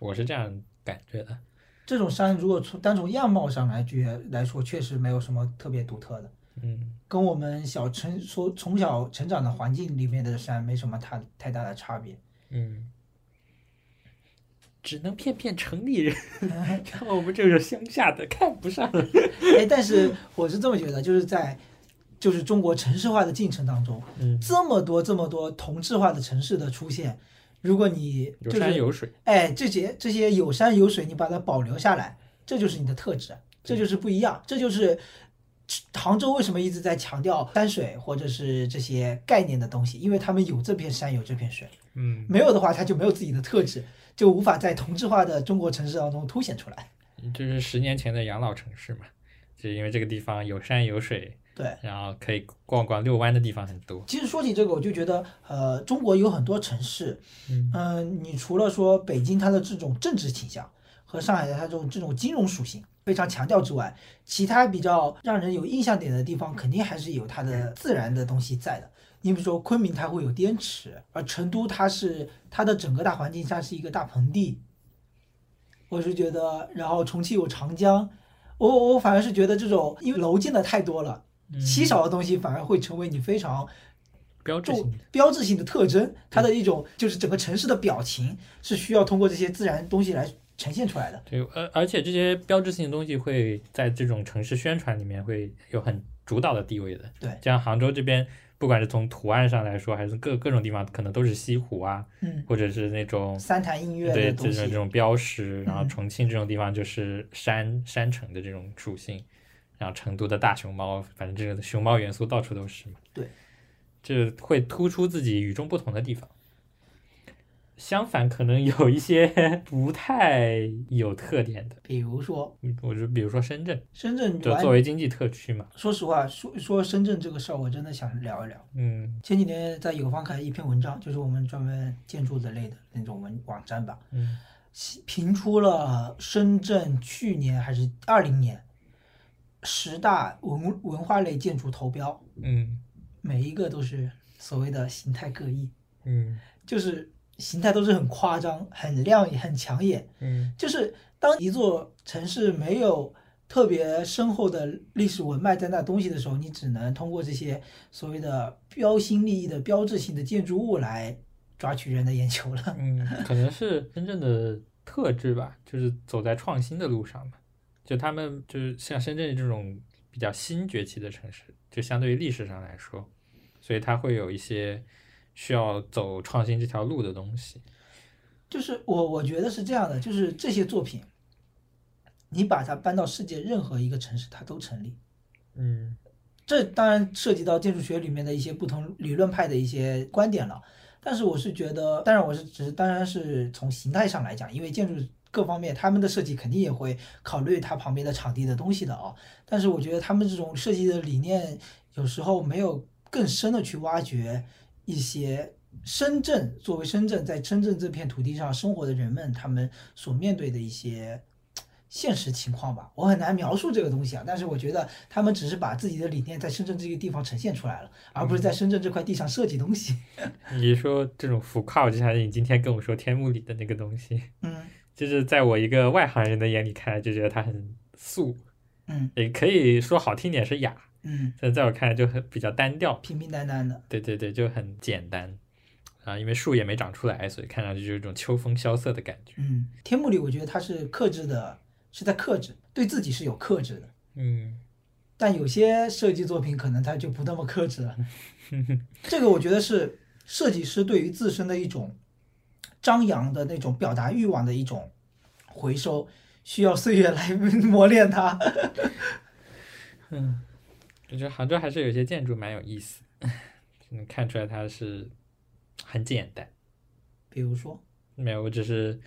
A: 我是这样感觉的。
B: 这种山如果从单从样貌上来觉来说，确实没有什么特别独特的，
A: 嗯
B: 跟我们小成所从小成长的环境里面的山没什么太太大的差别。
A: 嗯，只能骗骗城里 人，像我们这种乡下的看不上。
B: 哎，但是我是这么觉得，就是在就是中国城市化的进程当中，
A: 嗯，
B: 这么多这么多同质化的城市的出现，如果你
A: 有
B: 就是
A: 山有水，
B: 哎，这些这些有山有水，你把它保留下来，这就是你的特质，这就是不一样，这就是杭州为什么一直在强调山水或者是这些概念的东西，因为他们有这片山有这片水，
A: 嗯，
B: 没有的话他就没有自己的特质，就无法在同质化的中国城市当中凸显出来。
A: 就是十年前的养老城市嘛，就是因为这个地方有山有水，
B: 对，
A: 然后可以逛逛遛弯的地方很多。
B: 其实说起这个，我就觉得，呃，中国有很多城市，
A: 嗯
B: 嗯、你除了说北京它的这种政治倾向和上海的它这种这种金融属性非常强调之外，其他比较让人有印象点的地方，肯定还是有它的自然的东西在的。你比如说昆明，它会有滇池，而成都它是它的整个大环境下是一个大盆地，我是觉得，然后重庆有长江，我我反而是觉得这种因为楼建的太多了，
A: 嗯
B: 稀少的东西反而会成为你非常。
A: 标志性
B: 重
A: 的，
B: 标志性的特征，它的一种就是整个城市的表情是需要通过这些自然东西来呈现出来的。
A: 对，呃而而且这些标志性的东西会在这种城市宣传里面会有很主导的地位的。
B: 对
A: 像杭州这边，不管是从图案上来说，还是各各种地方，可能都是西湖啊，
B: 嗯，
A: 或者是那种
B: 三潭印月
A: 对这
B: 的
A: 种
B: 东
A: 这
B: 西，
A: 种标识，然后
B: 嗯
A: 重庆这种地方就是山山城的这种属性，然后成都的大熊猫，反正这个熊猫元素到处都是嘛。
B: 对，
A: 这会突出自己与众不同的地方。相反，可能有一些 不太有特点的，嗯
B: 比如说
A: 我就比如说深圳，
B: 深圳
A: 就
B: 完
A: 作为经济特区嘛，
B: 说实话，说说深圳这个事儿，我真的想聊一聊。
A: 嗯
B: 前几年在有方看一篇文章，就是我们专门建筑的类的那种文网站吧，
A: 嗯，
B: 评出了深圳去年还是二零年十大文文化类建筑投标，
A: 嗯
B: 每一个都是所谓的形态各异。
A: 嗯
B: 就是形态都是很夸张、很亮眼、很抢眼。
A: 嗯
B: 就是当一座城市没有特别深厚的历史文脉在那东西的时候，你只能通过这些所谓的标新立异的标志性的建筑物来抓取人的眼球了。
A: 嗯，可能是深圳的特质吧，就是走在创新的路上嘛。就他们就是像深圳这种比较新崛起的城市，就相对于历史上来说，所以它会有一些需要走创新这条路的东西。
B: 就是我我觉得是这样的，就是这些作品，你把它搬到世界任何一个城市，它都成立。
A: 嗯
B: 这当然涉及到建筑学里面的一些不同理论派的一些观点了。但是我是觉得，当然我是只是当然是从形态上来讲，因为建筑各方面他们的设计肯定也会考虑它旁边的场地的东西的啊。但是我觉得他们这种设计的理念有时候没有更深的去挖掘一些深圳作为深圳在深圳这片土地上生活的人们他们所面对的一些现实情况吧，我很难描述这个东西啊，但是我觉得他们只是把自己的理念在深圳这个地方呈现出来了，而不是在深圳这块地上设计东西。
A: 你说这种浮夸，我就想起你今天跟我说天幕里的那个东西，
B: 嗯
A: 就是在我一个外行人的眼里看来，就觉得它很素，
B: 嗯
A: 也可以说好听点是雅，
B: 嗯，
A: 但在我看来就很比较单调。
B: 平平淡淡的。
A: 对对对，就很简单啊，因为树也没长出来，所以看上去就是一种秋风萧瑟的感觉。
B: 嗯，天幕里我觉得他是克制的，是在克制，对自己是有克制的。
A: 嗯，
B: 但有些设计作品可能他就不那么克制了。这个我觉得是设计师对于自身的一种张扬的那种表达欲望的一种回收，需要岁月来 磨练它。
A: 我觉得杭州还是有些建筑蛮有意思，就能 看出来它是很简单。
B: 比如说，
A: 没有，我只是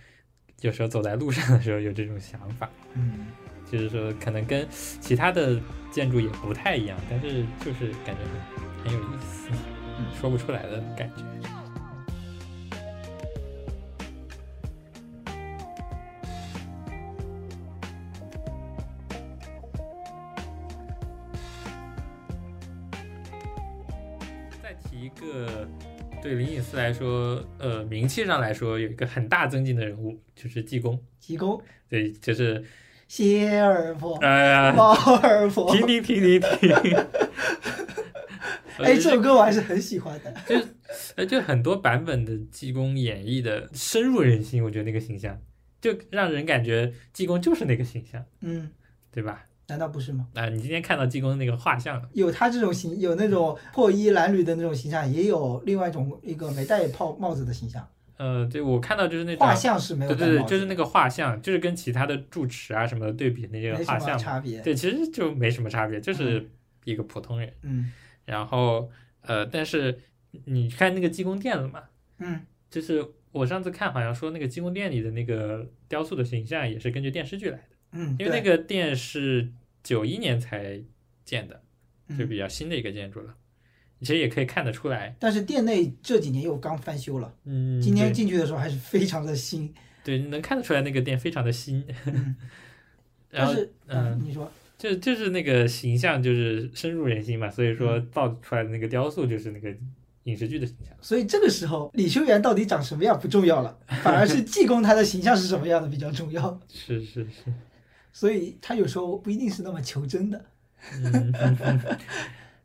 A: 有时候走在路上的时候有这种想法，
B: 嗯，
A: 就是说可能跟其他的建筑也不太一样，但是就是感觉很很有意思，说不出来的感觉。再提一个，对灵隐寺来说，呃，名气上来说有一个很大增进的人物，就是济公。
B: 济公、
A: 对，就是
B: 谢尔 婆、
A: 呃，
B: 猫尔 婆，
A: 停停停停 停。
B: 哎，这首歌我还是很喜欢的。
A: 就是，哎，就很多版本的济公演绎的深入人心，我觉得那个形象就让人感觉济公就是那个形象，
B: 嗯，
A: 对吧？
B: 难道不是吗？
A: 啊，你今天看到济公那个画像了，
B: 有他这种形，有那种破衣褴褛的那种形象，也有另外一种一个没戴帽帽子的形象。
A: 呃，对我看到就是那种
B: 画像是没有
A: 对
B: 戴
A: 对
B: 帽
A: 对，
B: 子
A: 就是那个画像，就是跟其他的住持啊什么的对比那些
B: 没
A: 画
B: 什么
A: 像嘛，
B: 差别。
A: 对，其实就没什么差别，就是一个普通人。
B: 嗯
A: 然后呃，但是你看那个济公殿了吗？
B: 嗯
A: 就是我上次看好像说那个济公殿里的那个雕塑的形象也是根据电视剧来的，
B: 嗯，
A: 因为那
B: 对
A: 个殿是九一年才建的，就
B: 嗯
A: 比较新的一个建筑了。其实也可以看得出来，
B: 但是店内这几年又刚翻修了，
A: 嗯，
B: 今天
A: 对
B: 进去的时候还是非常的新。
A: 对，你能看得出来那个店非常的新。 然
B: 嗯但
A: 后，
B: 是
A: 嗯，
B: 你说
A: 就就是那个形象就是深入人心嘛，所以说
B: 嗯
A: 造出来的那个雕塑就是那个影视剧的形象。
B: 所以这个时候李修缘到底长什么样不重 要了，反而是济公他的形象是什么样的比较重要。
A: 是是是，
B: 所以他有时候不一定是那么求真的。
A: 嗯，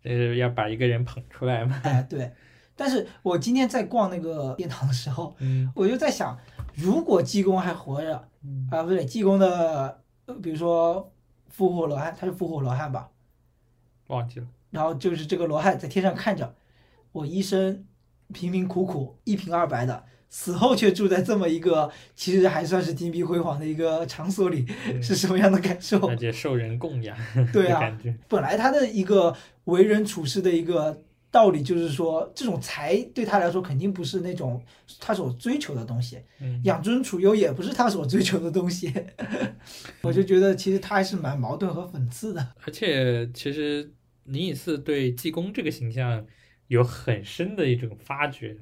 A: 就是要把一个人捧出来嘛。
B: 哎，对。但是我今天在逛那个殿堂的时候，
A: 嗯
B: 我就在想，如果济公还活着
A: 嗯
B: 啊，不对，济公的，呃比如说复活罗汉，他是复活罗汉吧？
A: 忘记了。
B: 然后就是这个罗汉在天上看着我一生贫贫苦苦一贫二白的，死后却住在这么一个其实还算是金碧辉煌的一个场所里，
A: 嗯
B: 是什么样的感受？
A: 而且受人供养
B: 对
A: 的
B: 啊
A: 感觉。
B: 本来他的一个为人处事的一个道理就是说，这种财对他来说肯定不是那种他所追求的东西，
A: 嗯，
B: 养尊处优也不是他所追求的东西。 我就觉得其实他还是蛮矛盾和讽刺的。
A: 而且其实林隐寺对济公这个形象有很深的一种发掘，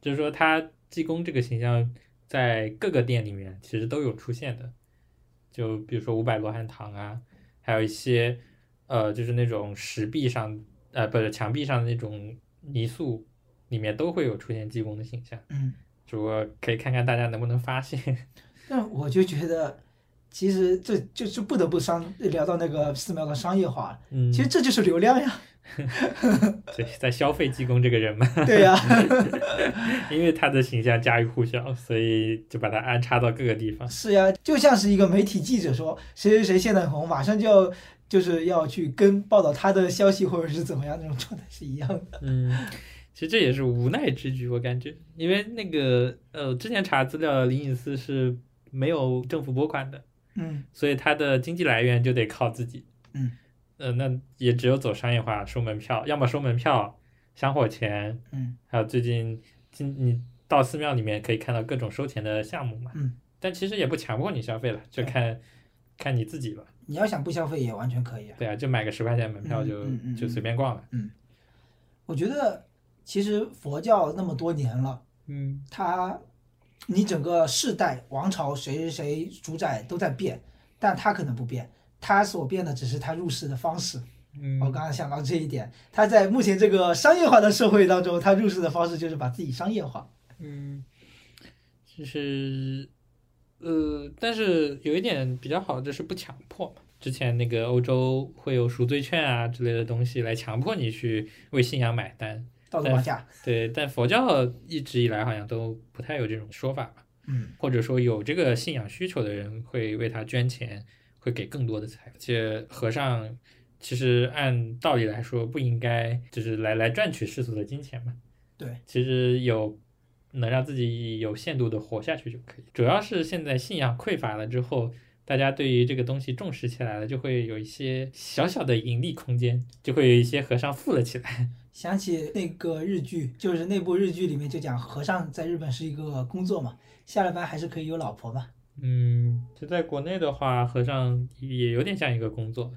A: 就是说他济公这个形象在各个店里面其实都有出现的，就比如说五百罗汉堂啊，还有一些呃就是那种石壁上呃不是墙壁上的那种泥塑里面都会有出现济公的形象，
B: 嗯，
A: 只不过可以看看大家能不能发现。
B: 但我就觉得。其实这就是不得不商聊到那个寺庙的商业化了，
A: 嗯，
B: 其实这就是流量 呀，
A: 对在消费济公这个人嘛。
B: 对呀、
A: 因为他的形象家喻户晓，所以就把它安插到各个地方。
B: 是呀，就像是一个媒体记者说谁谁谁现在很红，马上就要就是要去跟报道他的消息或者是怎么样那种状态是一样的。
A: 嗯，其实这也是无奈之举，我感觉，因为那个呃，之前查资料，灵隐寺是没有政府拨款的，
B: 嗯
A: 所以它的经济来源就得靠自己。
B: 嗯，
A: 呃，那也只有走商业化，收门票，要么收门票、香火钱，
B: 嗯
A: 还有最近今你到寺庙里面可以看到各种收钱的项目嘛。
B: 嗯，
A: 但其实也不强迫你消费了，就看看你自己了。
B: 你要想不消费也完全可以啊。
A: 对啊，就买个十块钱门票
B: 嗯
A: 就、
B: 嗯嗯
A: 就
B: 嗯
A: 随便逛了。
B: 我觉得其实佛教那么多年了，
A: 嗯
B: 它你整个世代王朝谁谁谁主宰都在变，但它可能不变。它所变的只是它入世的方式，
A: 嗯，
B: 我刚刚想到这一点。它在目前这个商业化的社会当中，它入世的方式就是把自己商业化。
A: 嗯，就是呃，但是有一点比较好的是不强迫嘛。之前那个欧洲会有赎罪券啊之类的东西来强迫你去为信仰买单，
B: 道德绑架，
A: 对，但佛教一直以来好像都不太有这种说法吧，
B: 嗯
A: 或者说有这个信仰需求的人会为他捐钱，会给更多的财富。而且和尚其实按道理来说不应该就是来来赚取世俗的金钱嘛，
B: 对，
A: 其实有能让自己有限度的活下去就可以。主要是现在信仰匮乏了之后，大家对于这个东西重视起来了，就会有一些小小的盈利空间，就会有一些和尚富了起来。
B: 想起那个日剧，就是那部日剧里面就讲和尚在日本是一个工作嘛，下了班还是可以有老婆嘛。
A: 嗯，就在国内的话，和尚也有点像一个工作。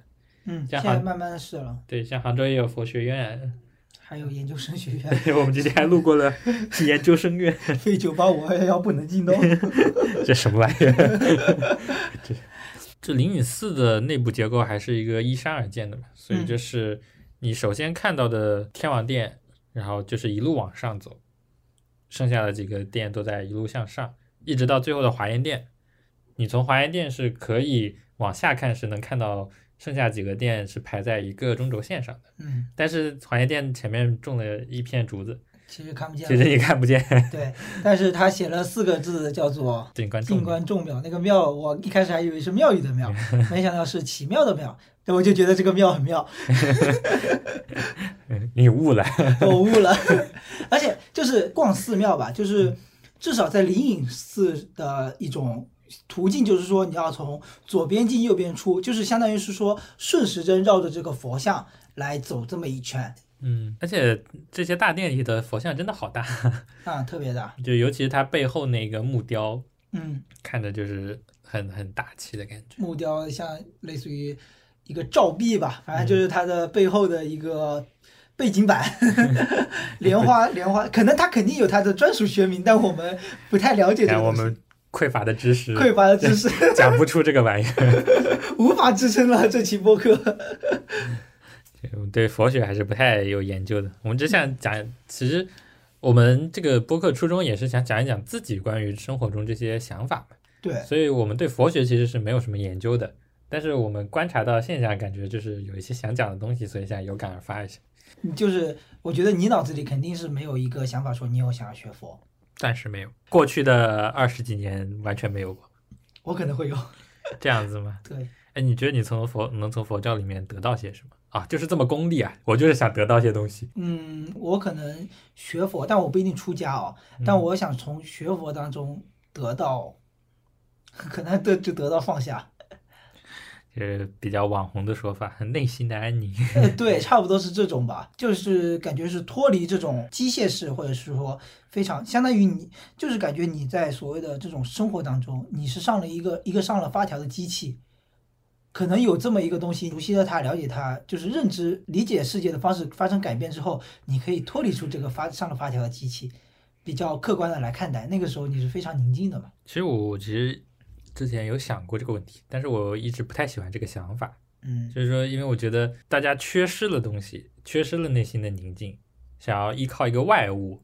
B: 嗯，
A: 这
B: 现
A: 样
B: 在
A: 好
B: 慢慢是了，
A: 对，像杭州也有佛学 院，
B: 还有研究生学院，
A: 我们之前还路过 了研究生院，
B: 非九八五二幺幺不能进哦。
A: 这什么玩意儿？ 这这灵隐寺的内部结构还是一个依山而建的嘛，所以
B: 嗯
A: 就是你首先看到的天王殿，然后就是一路往上走，剩下的几个殿都在一路向上，一直到最后的华严殿。你从华严殿是可以往下看，是能看到剩下几个殿是排在一个中轴线上的，
B: 嗯，
A: 但是华严殿前面种了一片竹子，
B: 其实看不见，
A: 其实你看不见，
B: 对，但是他写了四个字叫做
A: 静观众
B: 静观众庙，那个庙我一开始还以为是庙宇的庙，没想到是奇妙的妙，对，我就觉得这个庙很妙，
A: 嗯你悟了，
B: 我悟了。 而且就是逛寺庙吧，就是至少在灵隐寺的一种途径，就是说你要从左边进右边出，就是相当于是说顺时针绕着这个佛像来走这么一圈
A: 嗯，而且这些大殿里的佛像真的好大，
B: 啊，特别大，
A: 就尤其是它背后那个木雕，
B: 嗯，
A: 看着就是很很大气的感觉。
B: 木雕像类似于一个照壁吧，反正就是它的背后的一个背景板，莲花莲花，可能它肯定有它的专属学名，但我们不太了解这
A: 然
B: 个
A: 哎后我
B: 东西，
A: 们匮乏的知识，
B: 匮乏的知识
A: 讲不出这个玩意儿，
B: 无法支撑了这期播客。
A: 我对佛学还是不太有研究的。我们只想讲，其实我们这个播客初衷也是想讲一讲自己关于生活中这些想法嘛。
B: 对，
A: 所以我们对佛学其实是没有什么研究的，但是我们观察到现象，感觉就是有一些想讲的东西，所以想有感而发一下。
B: 你就是我觉得你脑子里肯定是没有一个想法说你有想要学佛，
A: 暂时没有，过去的二十几年完全没有过，
B: 我可能会有。
A: 这样子吗？
B: 对，
A: 哎，你觉得你从佛能从佛教里面得到些什么啊？就是这么功利啊！我就是想得到些东西。
B: 嗯，我可能学佛，但我不一定出家哦。但我想从学佛当中得到，可能得就得到放下。
A: 就是比较网红的说法，很内心的安宁。
B: 呃，对，差不多是这种吧，就是感觉是脱离这种机械式，或者是说非常相当于你，就是感觉你在所谓的这种生活当中，你是上了一个一个上了发条的机器，可能有这么一个东西，熟悉了它，了解它，就是认知理解世界的方式发生改变之后，你可以脱离出这个发上了发条的机器，比较客观的来看待，那个时候你是非常宁静的嘛。
A: 其实我我其实之前有想过这个问题，但是我一直不太喜欢这个想法，
B: 嗯，
A: 就是说，因为我觉得大家缺失了东西，缺失了内心的宁静，想要依靠一个外物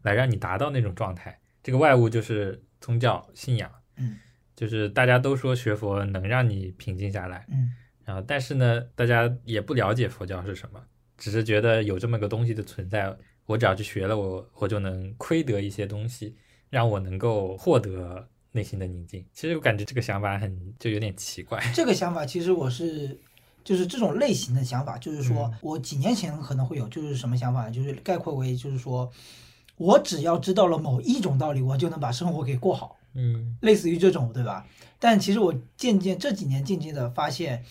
A: 来让你达到那种状态。这个外物就是宗教信仰，
B: 嗯，
A: 就是大家都说学佛能让你平静下来，
B: 嗯，
A: 然后但是呢，大家也不了解佛教是什么，只是觉得有这么个东西的存在，我只要去学了，我我就能窥得一些东西，让我能够获得内心的宁静。其实我感觉这个想法很就有点奇怪，
B: 这个想法其实我是，就是这种类型的想法，就是说
A: 嗯
B: 我几年前可能会有，就是什么想法，就是概括为就是说，我只要知道了某一种道理，我就能把生活给过好，
A: 嗯。
B: 类似于这种，对吧？但其实我渐渐这几年渐渐的发现，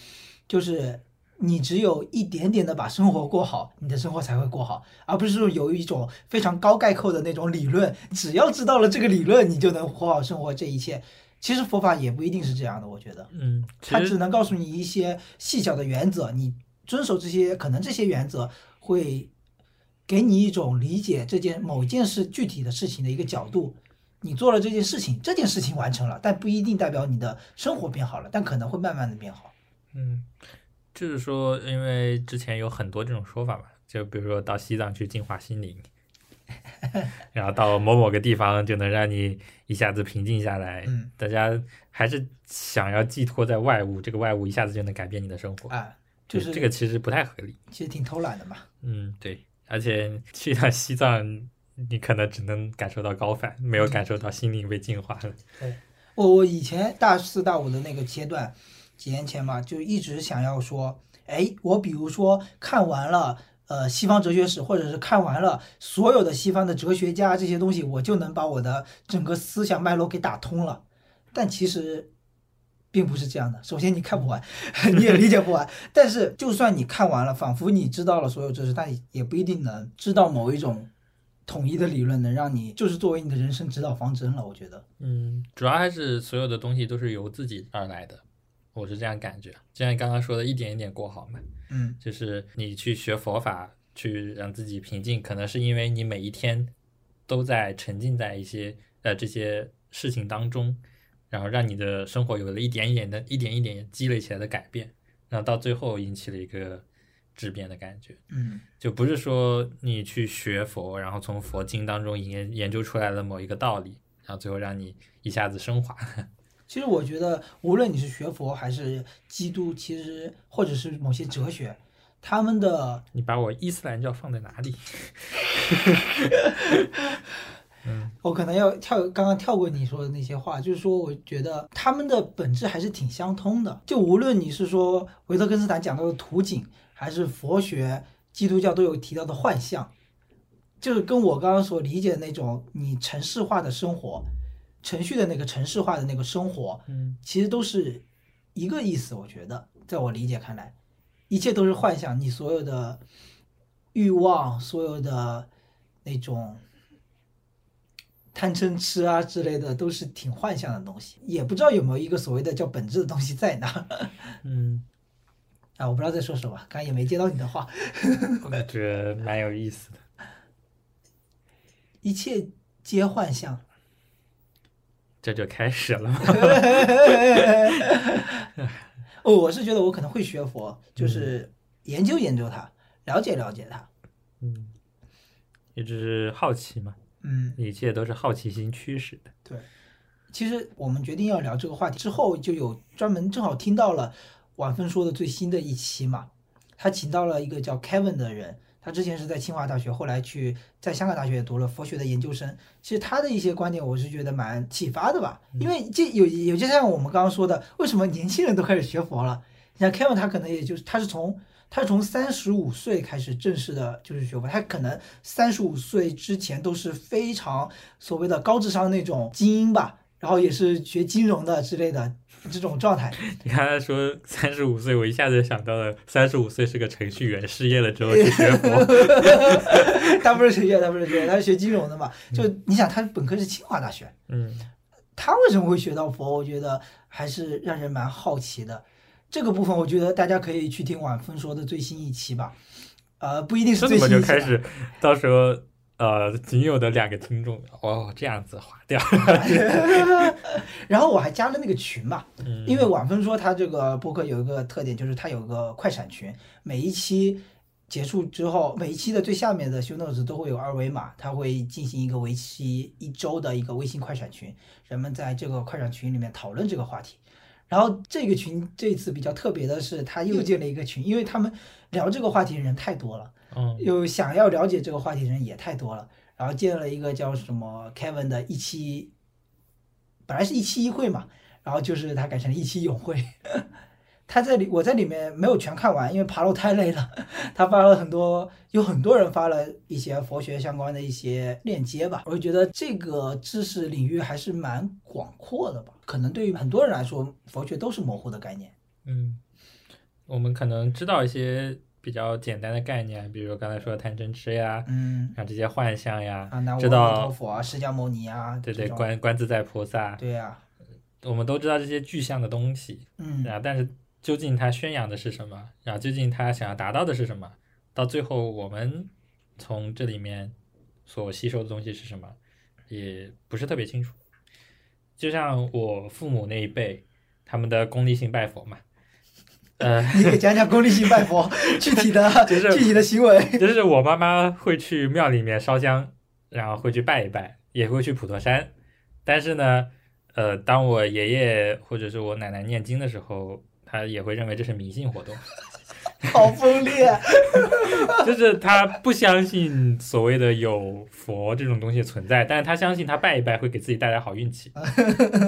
B: 就是。你只有一点点的把生活过好，你的生活才会过好，而不是说有一种非常高概括的那种理论。只要知道了这个理论，你就能活好生活。这一切，其实佛法也不一定是这样的，我觉得。
A: 嗯，其
B: 它
A: 实
B: 只能告诉你一些细小的原则，你遵守这些，可能这些原则会给你一种理解这件某件事具体的事情的一个角度。你做了这件事情，这件事情完成了，但不一定代表你的生活变好了，但可能会慢慢的变好。
A: 嗯，就是说，因为之前有很多这种说法嘛，就比如说到西藏去净化心灵， 然后到某某个地方就能让你一下子平静下来。
B: 嗯
A: 大家还是想要寄托在外物，这个外物一下子就能改变你的生活，
B: 啊，就是
A: 这个其实不太合理。
B: 其实挺偷懒的嘛。
A: 嗯，对，而且去一趟西藏，你可能只能感受到高反，没有感受到心灵被净化了。
B: 我我以前大四大五的那个阶段，几年前吧，就一直想要说，哎，我比如说看完了呃西方哲学史，或者是看完了所有的西方的哲学家这些东西，我就能把我的整个思想脉络给打通了。但其实并不是这样的。首先你看不完， 你也理解不完。但是就算你看完了，仿佛你知道了所有知识，但也不一定能知道某一种统一的理论，能让你就是作为你的人生指导方针了。我觉得。
A: 嗯，主要还是所有的东西都是由自己而来的，我是这样感觉。就像你刚刚说的，一点一点过好嘛，
B: 嗯，
A: 就是你去学佛法，去让自己平静，可能是因为你每一天都在沉浸在一些呃这些事情当中，然后让你的生活有了一点一点的、一点一点积累起来的改变，然后到最后引起了一个质变的感觉。
B: 嗯，
A: 就不是说你去学佛，然后从佛经当中研研究出来了某一个道理，然后最后让你一下子升华。
B: 其实我觉得，无论你是学佛还是基督，其实或者是某些哲学，他们的
A: 你把我伊斯兰教放在哪里？
B: 我可能要跳，刚刚跳过你说的那些话，就是说，我觉得他们的本质还是挺相通的。就无论你是说维特根斯坦讲到的图景，还是佛学、基督教都有提到的幻象，就是跟我刚刚所理解的那种你城市化的生活、程序的那个城市化的那个生活，
A: 嗯
B: 其实都是一个意思。我觉得，在我理解看来，一切都是幻想，你所有的欲望，所有的那种贪嗔痴啊之类的，都是挺幻想的东西。也不知道有没有一个所谓的叫本质的东西在哪
A: 嗯，
B: 啊？我不知道在说什么，刚才也没接到你的话。
A: 我感觉蛮有意思的。
B: 一切皆幻象，
A: 这就开始了吗？
B: 哦，我是觉得我可能会学佛，就是研究研究它，了解了解它。
A: 嗯，也只是好奇嘛，
B: 嗯，
A: 一切都是好奇心驱使的。
B: 对，其实我们决定要聊这个话题之后，就有专门正好听到了晚风说的最新的一期嘛，他请到了一个叫 Kevin 的人，他之前是在清华大学，后来去在香港大学也读了佛学的研究生。其实他的一些观点，我是觉得蛮启发的吧，因为这有有就像我们刚刚说的，为什么年轻人都开始学佛了？你像 Kevin 他可能也就是他是从他是从三十五岁开始正式的就是学佛，他可能三十五岁之前都是非常所谓的高智商那种精英吧，然后也是学金融的之类的 这种状态。
A: 你刚才说三十五岁，我一下子想到了三十五岁是个程序员，失业了之后去学 佛。
B: 他不是学院，他不是学院，他是学金融的嘛。就你想，他本科是清华大学，
A: 嗯
B: 他为什么会学到佛？我觉得还是让人蛮好奇的。这个部分，我觉得大家可以去听晚风说的最新一期吧。呃，不一定是
A: 这
B: 最
A: 怎么
B: 新一
A: 就
B: 期吧啊
A: 开始？到时候呃，仅有的两个听众哦，这样子划掉。
B: 然后我还加了那个群嘛，
A: 嗯
B: 因为晚风说他这个播客有一个特点，就是它有个快闪群，每一期结束之后，每一期的最下面的 show notes 都会有二维码，它会进行一个为期一周的一个微信快闪群，人们在这个快闪群里面讨论这个话题。然后这个群这次比较特别的是，他又建了一个群，因为他们聊这个话题的人太多了，
A: 嗯
B: 有想要了解这个话题的人也太多了，然后建了一个叫什么 Kevin 的一期，本来是一期一会嘛，然后就是他改成了一期永会。 他在里我在里面没有全看完，因为爬楼太累了。 他发了很多，有很多人发了一些佛学相关的一些链接吧。我就觉得这个知识领域还是蛮广阔的吧，可能对于很多人来说，佛学都是模糊的概念。
A: 嗯，我们可能知道一些比较简单的概念，比如刚才说的贪嗔痴呀，
B: 嗯，
A: 然后这些幻象呀，
B: 啊，南无
A: 知
B: 阿弥
A: 道
B: 陀佛啊，释迦牟尼啊，
A: 对
B: 这
A: 对，
B: 种
A: 观观自在菩萨，
B: 对呀、
A: 我们都知道这些具象的东西，
B: 嗯，
A: 啊，但是究竟他宣扬的是什么？然后究竟他想要达到的是什么？到最后，我们从这里面所吸收的东西是什么，也不是特别清楚。就像我父母那一辈，他们的功利性拜佛嘛，呃，
B: 你给讲讲功利性 拜佛具体的、
A: 就是
B: 具体的行为。
A: 就是我妈妈会去庙里面烧香，然后会去拜一拜，也会去普陀山。但是呢，呃，当我爷爷或者是我奶奶念经的时候，他也会认为这是迷信活动，
B: 好啊分裂，
A: 就是他不相信所谓的有佛这种东西存在，但是他相信他拜一拜会给自己带来好运气。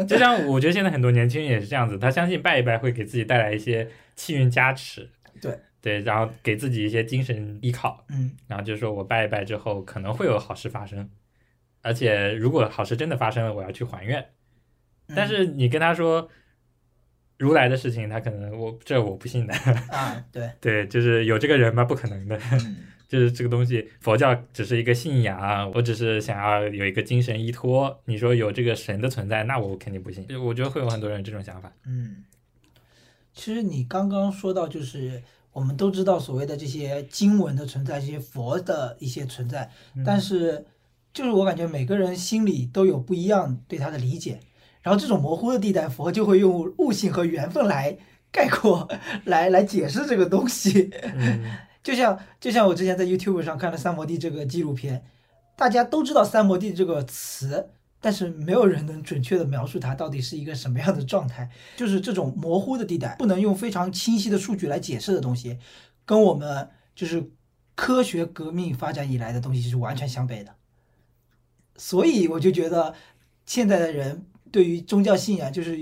A: 就像我觉得现在很多年轻人也是这样子，他相信拜一拜会给自己带来一些气运加持，
B: 对
A: 对，然后给自己一些精神依靠。
B: 嗯，
A: 然后就说我拜一拜之后可能会有好事发生，而且如果好事真的发生了，我要去还愿。
B: 嗯
A: 但是你跟他说如来的事情，他可能我这我不信的，
B: 啊，对，
A: 对，就是有这个人吗？不可能的，
B: 嗯
A: 就是这个东西，佛教只是一个信仰，我只是想要有一个精神依托。你说有这个神的存在，那我肯定不信。就我觉得会有很多人这种想法，
B: 嗯。其实你刚刚说到，就是我们都知道所谓的这些经文的存在，这些佛的一些存在，嗯
A: 嗯
B: 但是就是我感觉每个人心里都有不一样对它的理解，然后这种模糊的地带，佛就会用悟性和缘分来概括，来来解释这个东西。
A: 嗯
B: 就像就像我之前在 YouTube 上看了三摩地这个纪录片，大家都知道三摩地这个词，但是没有人能准确的描述它到底是一个什么样的状态。就是这种模糊的地带，不能用非常清晰的数据来解释的东西，跟我们就是科学革命发展以来的东西是完全相悖的。所以我就觉得现在的人对于宗教信仰就是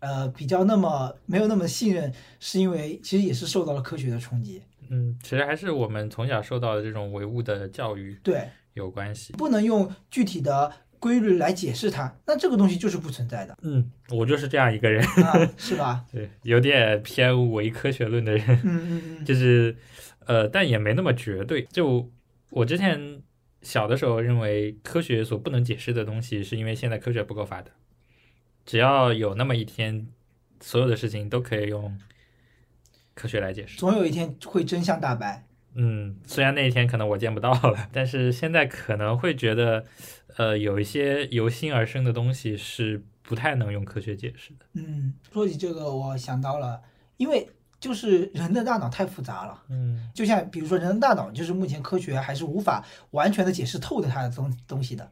B: 呃比较那么没有那么信任，是因为其实也是受到了科学的冲击。
A: 嗯，其实还是我们从小受到的这种唯物的教育
B: 对，
A: 有关系。
B: 不能用具体的规律来解释它，那这个东西就是不存在的
A: 嗯，我就是这样一个人，
B: 啊，是吧？
A: 对，有点偏唯科学论的 人，
B: 嗯嗯嗯，
A: 就是呃，但也没那么绝对。就我之前小的时候认为科学所不能解释的东西，是因为现在科学不够发达。只要有那么一天，所有的事情都可以用科学来解释。
B: 总有一天会真相大白。
A: 嗯，虽然那一天可能我见不到了，但是现在可能会觉得，呃，有一些由心而生的东西是不太能用科学解释的。
B: 嗯，说起这个，我想到了，因为就是人的大脑太复杂了。
A: 嗯
B: 就像比如说人的大脑，就是目前科学还是无法完全的解释透的它的东东西的，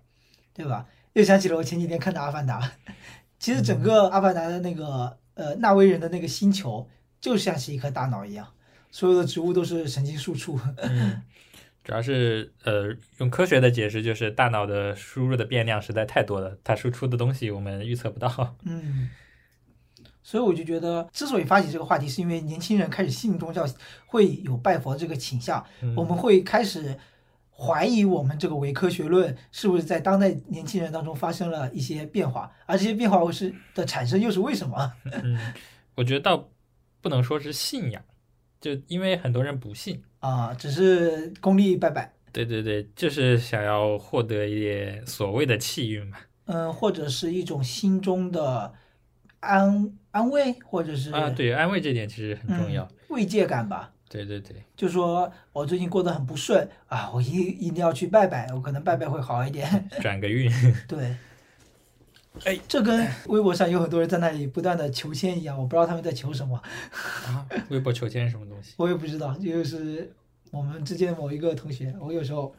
B: 对吧？又想起了我前几天看的《阿凡达》， 其实整个《阿凡达》的那个呃纳威人的那个星球，就像是一颗大脑一样，所有的植物都是神经输出。
A: 嗯， 主要是呃，用科学的解释就是大脑的输入的变量实在太多了，它输出的东西我们预测不到。
B: 嗯，所以我就觉得，之所以发起这个话题，是因为年轻人开始信宗教，会有拜佛这个倾向，
A: 嗯
B: 我们会开始怀疑我们这个伪科学论是不是在当代年轻人当中发生了一些变化，而这些变化是的产生又是为什么？
A: 嗯，我觉得倒不能说是信仰，就因为很多人不信。
B: 啊，只是功利拜拜，
A: 对对对，就是想要获得一点所谓的气运嘛。
B: 嗯，或者是一种心中的安安慰，或者是
A: 啊，对，安慰这点其实很重要。
B: 嗯、慰藉感吧。
A: 对对对，
B: 就说我最近过得很不顺啊，我一一定要去拜拜，我可能拜拜会好一点。
A: 转个 运。
B: 对，
A: 哎，
B: 这跟微博上有很多人在那里不断的求签一样，我不知道他们在求什么，
A: 啊，微博求签是什么 东西？
B: 我也不知道。就是我们之间某一个同学，我有时候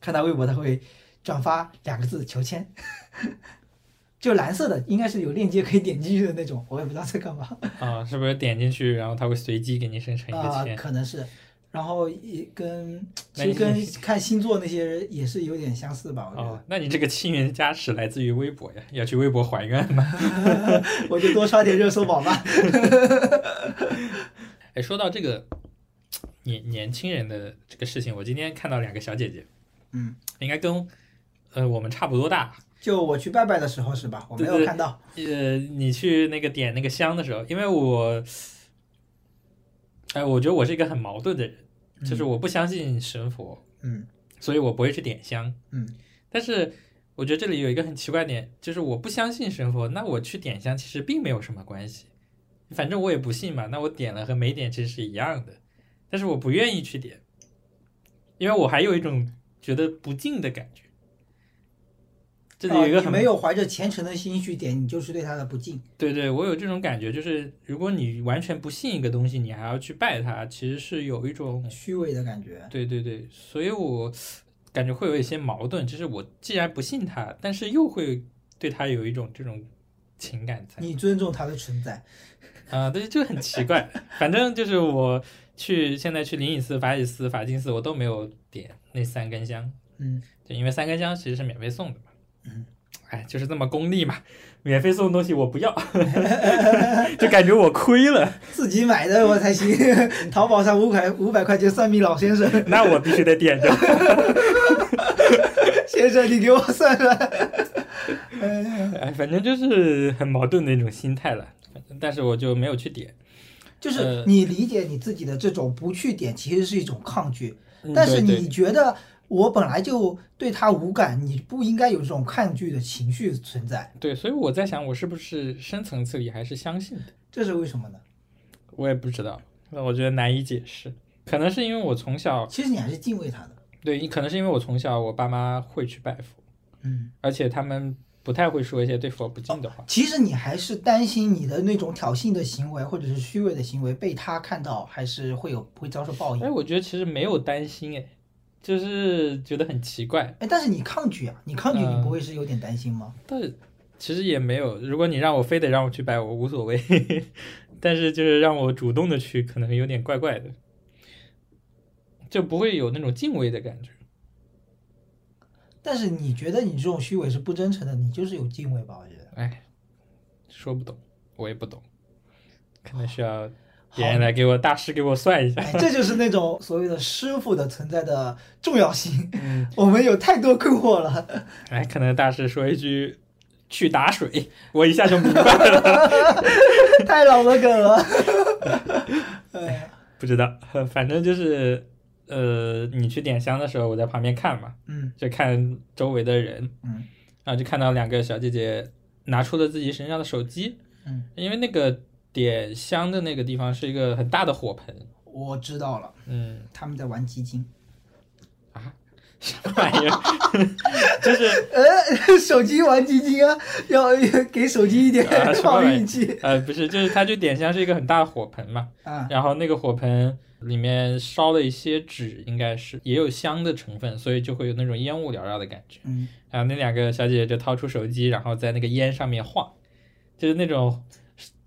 B: 看他微博，他会转发两个字“求签”， 就蓝色的，应该是有链接可以点进去的那种，我也不知道在干嘛。
A: 啊，是不是点进去，然后它会随机给你生成一
B: 啊
A: 个、签？
B: 可能是。然后也跟
A: 那
B: 其实
A: 你
B: 跟看星座那些人也是有点相似吧，我觉得。
A: 哦，那你这个气运加持来自于微博呀，要去微博还愿吗？
B: 我就多刷点热搜宝吧。
A: 哎，说到这个年年轻人的这个事情，我今天看到两个小姐姐，
B: 嗯，
A: 应该跟呃我们差不多大。
B: 就我去拜拜的时候是吧？我没
A: 对
B: 有
A: 对
B: 看到。
A: 呃，你去那个点那个香的时候，因为我，哎，我觉得我是一个很矛盾的人，就是我不相信神佛，
B: 嗯
A: 所以我不会去点香。
B: 嗯，
A: 但是我觉得这里有一个很奇怪点，就是我不相信神佛，那我去点香其实并没有什么关系，反正我也不信嘛，那我点了和没点其实是一样的，但是我不愿意去点，因为我还有一种觉得不敬的感觉。这里有一个
B: 啊你
A: 很、
B: 没有怀着虔诚的心去点，你就是对他的不敬。
A: 对对，我有这种感觉，就是如果你完全不信一个东西，你还要去拜它，其实是有一种
B: 虚伪的感觉。
A: 对对对，所以我感觉会有一些矛盾，就是我既然不信他，但是又会对他有一种这种情感在
B: 你尊重他的存在，
A: 啊，对，就很奇 怪。反正就是我去现在去灵隐寺、法喜寺、法净寺，我都没有点那三根香，
B: 嗯，
A: 对，因为三根香其实是免费送的嘛。
B: 嗯，
A: 哎，就是这么功利嘛，免费送的东西我不 要， 就感觉我亏了，
B: 自己买的 我才行。淘宝上五百五百块钱算命老先生，
A: 那我必须得点着。
B: 先生你给我算算。
A: 哎，反正就是很矛盾的一种心态了。反正但是我就没有去点，
B: 就是
A: 呃
B: 你理解你自己的这种不去点，其实是一种抗拒。
A: 嗯
B: 但是
A: 对对
B: 你觉得我本来就对他无感，你不应该有这种抗拒的情绪存在，
A: 对，所以我在想，我是不是深层次里还是相信的？
B: 这是为什么呢？
A: 我也不知道，那我觉得难以解释。可能是因为我从小，
B: 其实你还是敬畏他的。
A: 对，可能是因为我从小我爸妈会去拜佛，
B: 嗯，
A: 而且他们不太会说一些对佛不敬的话。
B: 其实你还是担心你的那种挑衅的行为或者是虚伪的行为被他看到，还是会有会遭受报应
A: 哎，。我觉得其实没有担心，哎，就是觉得很奇怪，
B: 哎，但是你抗拒啊，你抗拒，你
A: 嗯
B: 不会是有点担心吗？
A: 但是其实也没有。如果你让我非得让我去拜，我无所谓， 但是就是让我主动的去，可能有点怪怪的。就不会有那种敬畏的感觉。
B: 但是你觉得你这种虚伪是不真诚的，你就是有敬畏吧？我觉得。
A: 哎，说不懂，我也不懂，可能需要别人来给我大师给我算一下。
B: 哎，这就是那种所谓的师傅的存在的重要性。
A: 嗯
B: 我们有太多困惑了。
A: 哎，可能大师说一句“去打水”， 我一下就明白了。
B: 太老的梗了。 哎呀，
A: 不知道，反正就是，呃，你去点香的时候，我在旁边看嘛，
B: 嗯
A: 就看周围的人，
B: 嗯
A: 然后就看到两个小姐姐拿出了自己身上的手机，
B: 嗯，
A: 因为那个点香的那个地方是一个很大的火盆，
B: 我知道了，
A: 嗯
B: 他们在玩基 金。
A: 啊，什么玩意儿？ 就是
B: 呃，手机玩基金啊，要给手机一点
A: 啊什么
B: 好
A: 玩意儿
B: 运气
A: 呃，不是，就是它就点香是一个很大的火盆嘛，
B: 啊。
A: 然后那个火盆里面烧了一些纸，应该是也有香的成分，所以就会有那种烟雾缭绕的感觉。
B: 嗯，
A: 然后那两个小姐姐就掏出手机，然后在那个烟上面晃，就是那种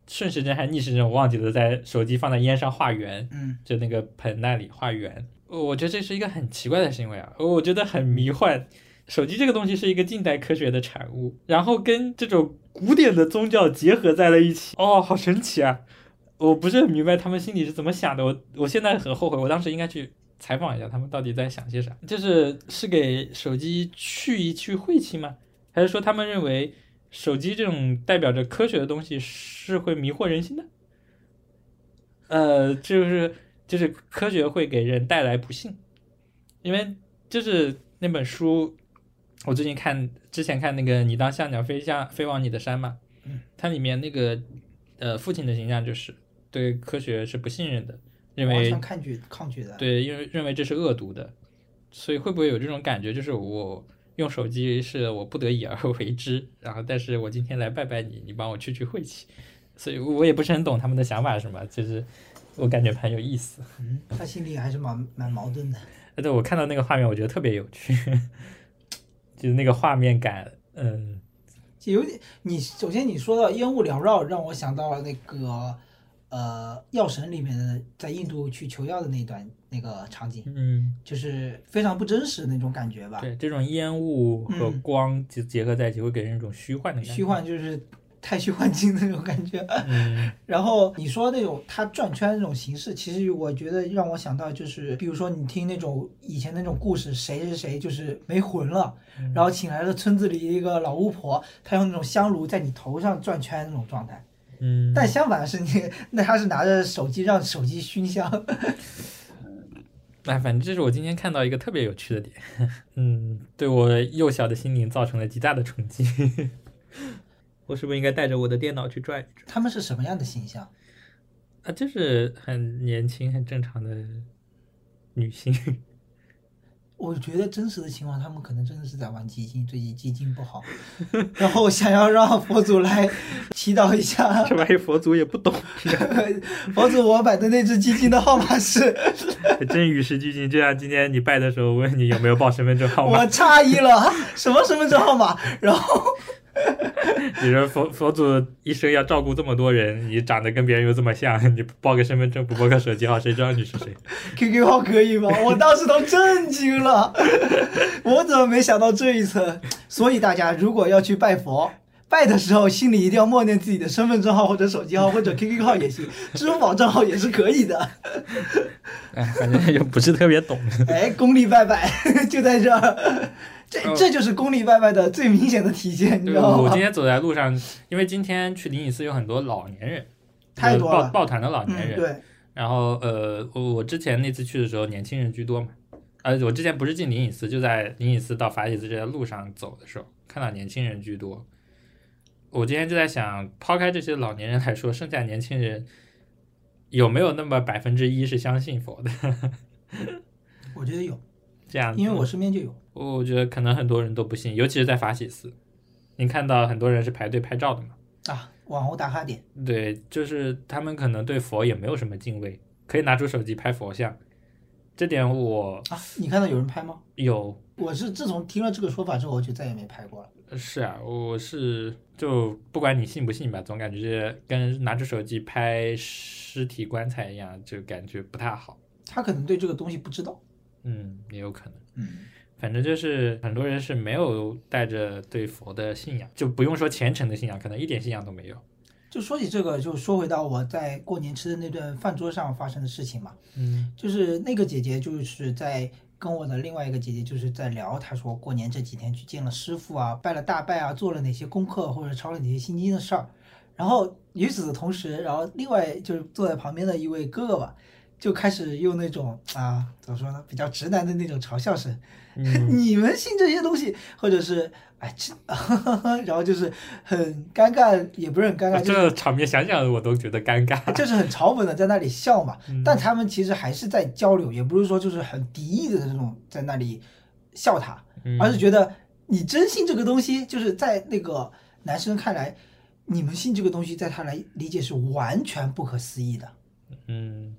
A: 顺时针还是逆时针，我忘记了，在手机放在烟上画圆，
B: 嗯，
A: 就那个盆那里画圆。我觉得这是一个很奇怪的行为啊，我觉得很迷幻。手机这个东西是一个近代科学的产物，然后跟这种古典的宗教结合在了一起，哦，好神奇啊！我不是很明白他们心里是怎么想的，我我现在很后悔，我当时应该去采访一下他们到底在想些啥。就是是给手机去一去晦气吗？还是说他们认为手机这种代表着科学的东西是会迷惑人心的？呃，就是就是科学会给人带来不幸，因为就是那本书，我最近看之前看那个《你当像鸟飞向飞往你的山》嘛，
B: 嗯
A: 它里面那个呃父亲的形象就是对科学是不信任的，认
B: 我好
A: 为
B: 像抗拒抗拒的。
A: 对，因为认为这是恶毒的，所以会不会有这种感觉，就是我用手机是我不得已而 为之，然后但是我今天来拜拜你，你帮我去去晦气，所以我也不是很懂他们的想法是什么，就是我感觉很有意思。
B: 嗯，他心里还是蛮蛮矛盾的。
A: 而且我看到那个画面，我觉得特别有趣， 就是那个画面感，嗯，
B: 就有点，你首先你说到烟雾缭绕，让我想到了那个呃《药神》里面的在印度去求药的那段那个场景，
A: 嗯，
B: 就是非常不真实的那种感觉吧。
A: 对，这种烟雾和
B: 啊嗯
A: 光结结合在一起，会给人一种虚幻的感觉。
B: 虚幻就是太虚幻境那种感觉。
A: 嗯，
B: 然后你说那种它转圈那种形式，其实我觉得让我想到就是，比如说你听那种以前那种故事，谁谁谁就是没魂了，然后请来了村子里一个老巫婆，她用那种香炉在你头上转圈那种状态。
A: 嗯，
B: 但相反是你，那他是拿着手机让手机熏香，
A: 哎，反正这是我今天看到一个特别有趣的点，嗯，对我幼小的心灵造成了极大的冲击。 我是不是应该带着我的电脑去转一转？
B: 他们是什么样的形象？
A: 啊，就是很年轻、很正常的女性。
B: 我觉得真实的情况，他们可能真的是在玩基金，最近基金不好，然后想要让佛祖来祈祷一下。
A: 这玩意佛祖也不懂，
B: 佛祖，我买的那只基金的号码是，
A: 真与时俱进。就像今天你拜的时候，我问你有没有报身份证号
B: 我
A: 码，
B: 诧异了， 什么身份证号码？然后
A: 你说佛佛祖一生要照顾这么多人，你长得跟别人又这么像，你不报个身份证，不报个手机号，谁知道你是谁？
B: QQ 号可 以吗？我当时都震惊了，我怎么没想到这一层？所以大家如果要去拜佛。拜的时候，心里一定要默念自己的身份证号或者手机号或者 QQ 号也行，支付宝账号也是可 以的。
A: 哎，反正也不是特别懂。
B: 哎，功力拜拜 就在这儿，这
A: 嗯
B: 这就是功力拜拜的最明显的体现，你
A: 对，
B: 知道
A: 我
B: 吗
A: 今？天走在路上，因为今天去灵隐寺有很多老年人，
B: 太多
A: 就是
B: 了
A: 抱抱团的老年
B: 嗯，
A: 人。
B: 对，
A: 然后呃，我我之前那次去的时候，年轻人居多嘛。呃，我之前不是进灵隐寺，就在灵隐寺到法喜寺这条路上走的时候，看到年轻人居多。我今天就在想，抛开这些老年人来说，剩下年轻人有没有那么百分之一是相信佛的
B: 我觉得有，
A: 这样子？
B: 因为我身边就有。
A: 我觉得可能很多人都不信，尤其是在法喜寺，你看到很多人是排队拍照的嘛。
B: 啊，网红打卡点，
A: 对，就是他们可能对佛也没有什么敬畏，可以拿出手机拍佛像，这点我
B: 啊，你看到有人拍吗？
A: 有
B: 我是自从听了这个说法之后，我就再也没拍过了。
A: 是啊，我是就不管你信不信吧，总感觉跟拿出手机拍尸体棺材一样，就感觉不太好。
B: 他可能对这个东西不知道，
A: 嗯，也有可能。
C: 嗯，
A: 反正就是很多人是没有带着对佛的信仰，就不用说虔诚的信仰，可能一点信仰都没有。
B: 就说起这个，就说回到我在过年吃的那顿饭桌上发生的事情嘛。
A: 嗯
B: 就是那个姐姐，就是在跟我的另外一个姐姐，就是在聊，她说过年这几天去见了师傅啊，拜了大拜啊，做了哪些功课，或者抄了哪些心经的事儿。然后与此同时，然后另外就是坐在旁边的一位哥哥吧，就开始用那种啊，怎么说呢，比较直男的那种嘲笑声，
A: 嗯
B: 你们信这些东西，或者是哎这， 然后就是很尴尬，也不是很尴
A: 啊
B: 尬，就是
A: 这场面想想我都觉得尴尬。
B: 就是很嘲讽的在那里笑嘛
A: 嗯，
B: 哎但他们其实还是在交流，也不是说就是很敌意的这种在那里笑他，
A: 嗯
B: 而是觉得你真信这个东西，就是在那个男生看来，你们信这个东西，在他来理解是完全不可思议的。
A: 嗯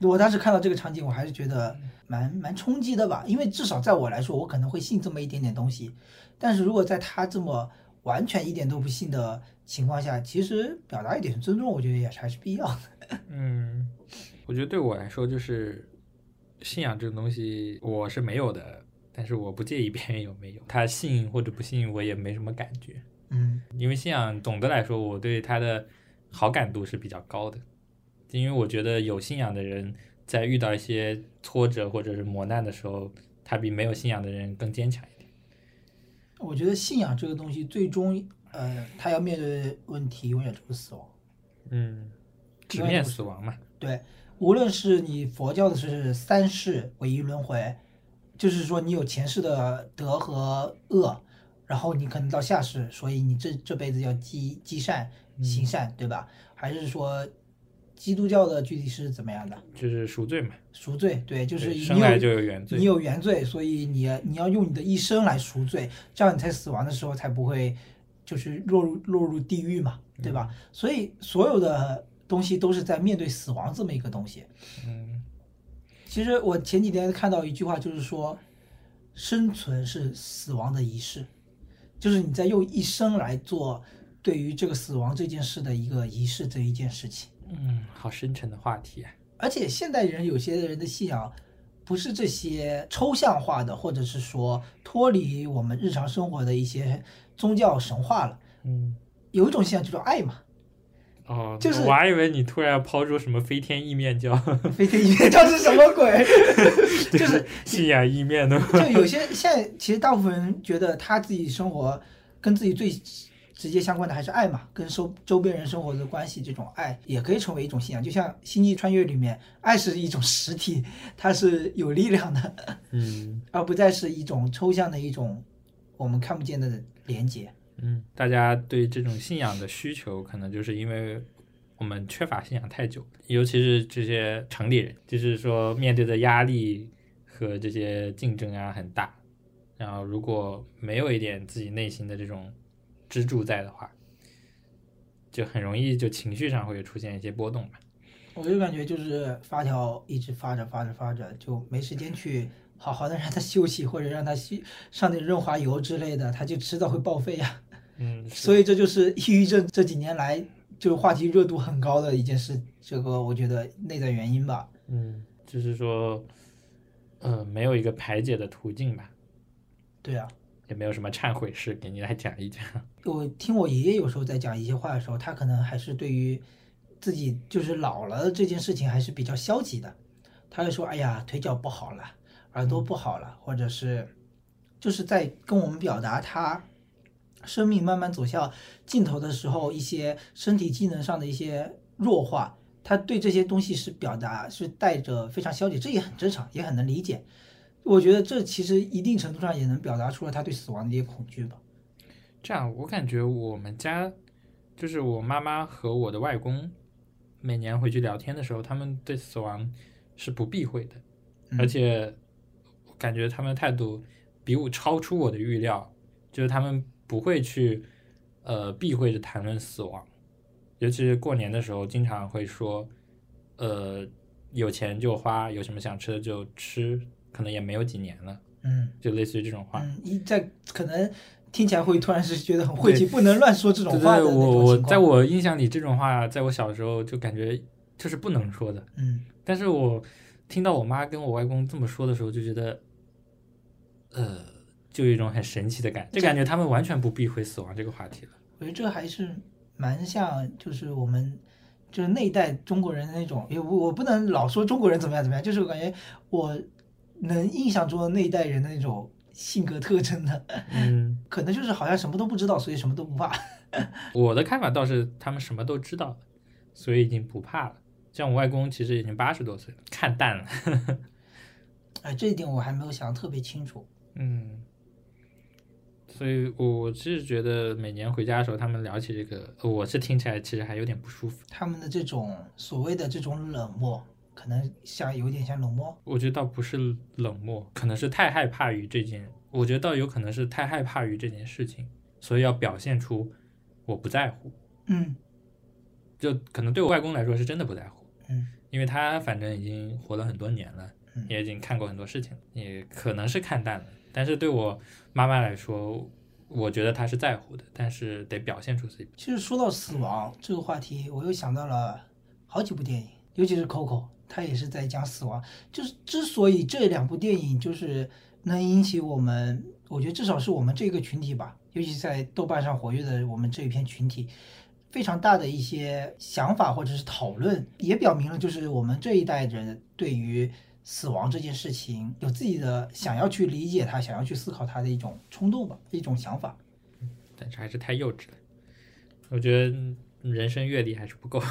B: 我当时看到这个场景，我还是觉得
A: 嗯
B: 蛮蛮冲击的吧，因为至少在我来说，我可能会信这么一点点东西，但是如果在他这么完全一点都不信的情况下，其实表达一点尊重，我觉得也是还是必要的。
A: 嗯，我觉得对我来说就是信仰这种东西我是没有的，但是我不介意别人有没有，他信或者不信我也没什么感觉，
B: 嗯
A: 因为信仰总的来说我对他的好感度是比较高的，因为我觉得有信仰的人在遇到一些挫折或者是磨难的时候，他比没有信仰的人更坚强一点。
B: 我觉得信仰这个东西，最终，呃，他要面对的问题永远都是死亡。
A: 嗯，直面死亡嘛。
B: 对，无论是你佛教的是三世唯一轮回，就是说你有前世的德和恶，然后你可能到下世，所以你这这辈子要积积善
A: 嗯
B: 行善，对吧？还是说基督教的具体是怎么样的？
A: 就是赎罪嘛，
B: 赎罪，对，就是
A: 对
B: 你
A: 生来
B: 有
A: 就有原罪
B: 你有原罪，所以你你要用你的一生来赎罪，这样你才死亡的时候才不会就是落入落入地狱嘛，
A: 嗯
B: 对吧？所以所有的东西都是在面对死亡这么一个东西。
A: 嗯
B: 其实我前几天看到一句话，就是说，生存是死亡的仪式，就是你在用一生来做对于这个死亡这件事的一个仪式这一件事情。
A: 嗯，好深沉的话题啊。
B: 而且现代人有些人的信仰不是这些抽象化的，或者是说脱离我们日常生活的一些宗教神话了。
A: 嗯，
B: 有一种信仰叫做爱嘛，
A: 哦，
B: 就是
A: 我还以为你突然要抛出什么飞天意面 教，
B: 飞天意面教是什么鬼？ 就是
A: 信仰意面呢？
B: 就有些现在其实大部分人觉得他自己生活跟自己最直接相关的还是爱嘛，跟周周边人生活的关系这种爱也可以成为一种信仰。就像《星际穿越》里面，爱是一种实体，它是有力量的。
A: 嗯
B: 而不再是一种抽象的一种我们看不见的连接。
A: 嗯，大家对这种信仰的需求，可能就是因为我们缺乏信仰太久，尤其是这些城里人，就是说面对的压力和这些竞争啊很大，然后如果没有一点自己内心的这种支柱在的话，就很容易就情绪上会出现一些波动吧。
B: 我就感觉就是发条一直发着发着发着，就没时间去好好的让它休息，或者让它吸上点润滑油之类的，它就迟早会报废呀、
A: 嗯，
B: 所以这就是抑郁症这几年来就是话题热度很高的一件事，这个我觉得内在原因吧。
A: 嗯，就是说，呃，没有一个排解的途径吧，
B: 对啊，
A: 也没有什么忏悔式给你来讲一讲。
B: 我听我爷爷有时候在讲一些话的时候，他可能还是对于自己就是老了这件事情还是比较消极的。他会说：“哎呀，腿脚不好了，耳
A: 嗯
B: 朵不好了，或者是就是在跟我们表达他生命慢慢走向尽头的时候，一些身体机能上的一些弱化，他对这些东西是表达是带着非常消极，这也很正常，也很能理解。我觉得这其实一定程度上也能表达出了他对死亡的一些恐惧吧。嗯
A: 这样，我感觉我们家就是我妈妈和我的外公，每年回去聊天的时候，他们对死亡是不避讳的，
B: 嗯
A: 而且我感觉他们的态度比我超出我的预料，就是他们不会去呃避讳着谈论死亡，尤其是过年的时候，经常会说，呃，有钱就花，有什么想吃的就吃，可能也没有几年了，
B: 嗯。”
A: 就类似于这种话。
B: 嗯，一在可能听起来会突然是觉得很晦气，
A: 对
B: 不能乱说这种
A: 对
B: 话
A: 对，
B: 的那种
A: 我我
B: 情况
A: 在我印象里，这种话在我小时候就感觉就是不能说的，
B: 嗯
A: 但是我听到我妈跟我外公这么说的时候，就觉得，呃，就有一种很神奇的感觉，就感觉他们完全不避讳死亡这个话题了。
B: 我觉得这还是蛮像，就是我们就是那一代中国人的那种，也我我不能老说中国人怎么样怎么样，就是我感觉我能印象中的那一代人的那种性格特征的，
A: 嗯，
B: 可能就是好像什么都不知道，所以什么都不怕。
A: 我的看法倒是他们什么都知道了，所以已经不怕了。像我外公其实已经八十多岁了，看淡了。
B: 哎，这一点我还没有想得特别清楚。
A: 嗯，所以我是觉得每年回家的时候，他们聊起这个，我是听起来其实还有点不舒服。
B: 他们的这种所谓的这种冷漠，可能像有点像冷漠，
A: 我觉得倒不是冷漠，可能是太害怕于这件，我觉得倒有可能是太害怕于这件事情，所以要表现出我不在乎。
B: 嗯
A: 就可能对我外公来说是真的不在乎，
B: 嗯，
A: 因为他反正已经活了很多年了，
B: 嗯
A: 也已经看过很多事情了，也可能是看淡了。但是对我妈妈来说，我觉得她是在乎的，但是得表现出自己。
B: 其实说到死亡这个话题，我又想到了好几部电影，尤其是《Coco》，它也是在讲死亡。就是之所以这两部电影就是能引起我们，我觉得至少是我们这个群体吧，尤其是在豆瓣上活跃的我们这一片群体，非常大的一些想法或者是讨论，也表明了就是我们这一代人对于死亡这件事情有自己的想要去理解它、想要去思考它的一种冲动吧，一种想法。
A: 但是还是太幼稚了。我觉得人生阅历还是不够。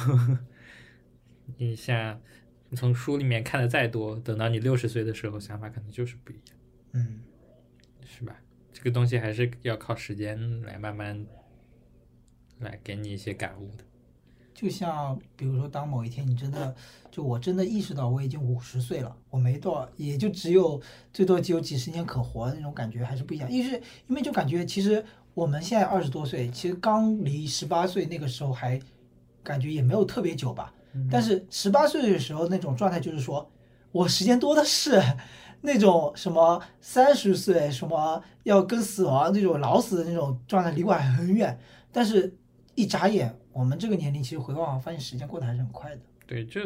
A: 你像你从书里面看的再多，等到你六十岁的时候，想法可能就是不一样，
B: 嗯。
A: 是吧？这个东西还是要靠时间来慢慢来给你一些感悟的。
B: 就像比如说，当某一天你真的，就我真的意识到我已经五十岁了，我没多少，也就只有最多只有几十年可活，那种感觉还是不一样。因为是因为就感觉其实我们现在二十多岁，其实刚离十八岁那个时候还感觉也没有特别久吧。嗯但是十八岁的时候那种状态就是说，我时间多的是，那种什么三十岁什么要跟死亡那种老死的那种状态离我还很远，但是一眨眼，我们这个年龄其实回望发现时间过得还是很快的。
A: 对，就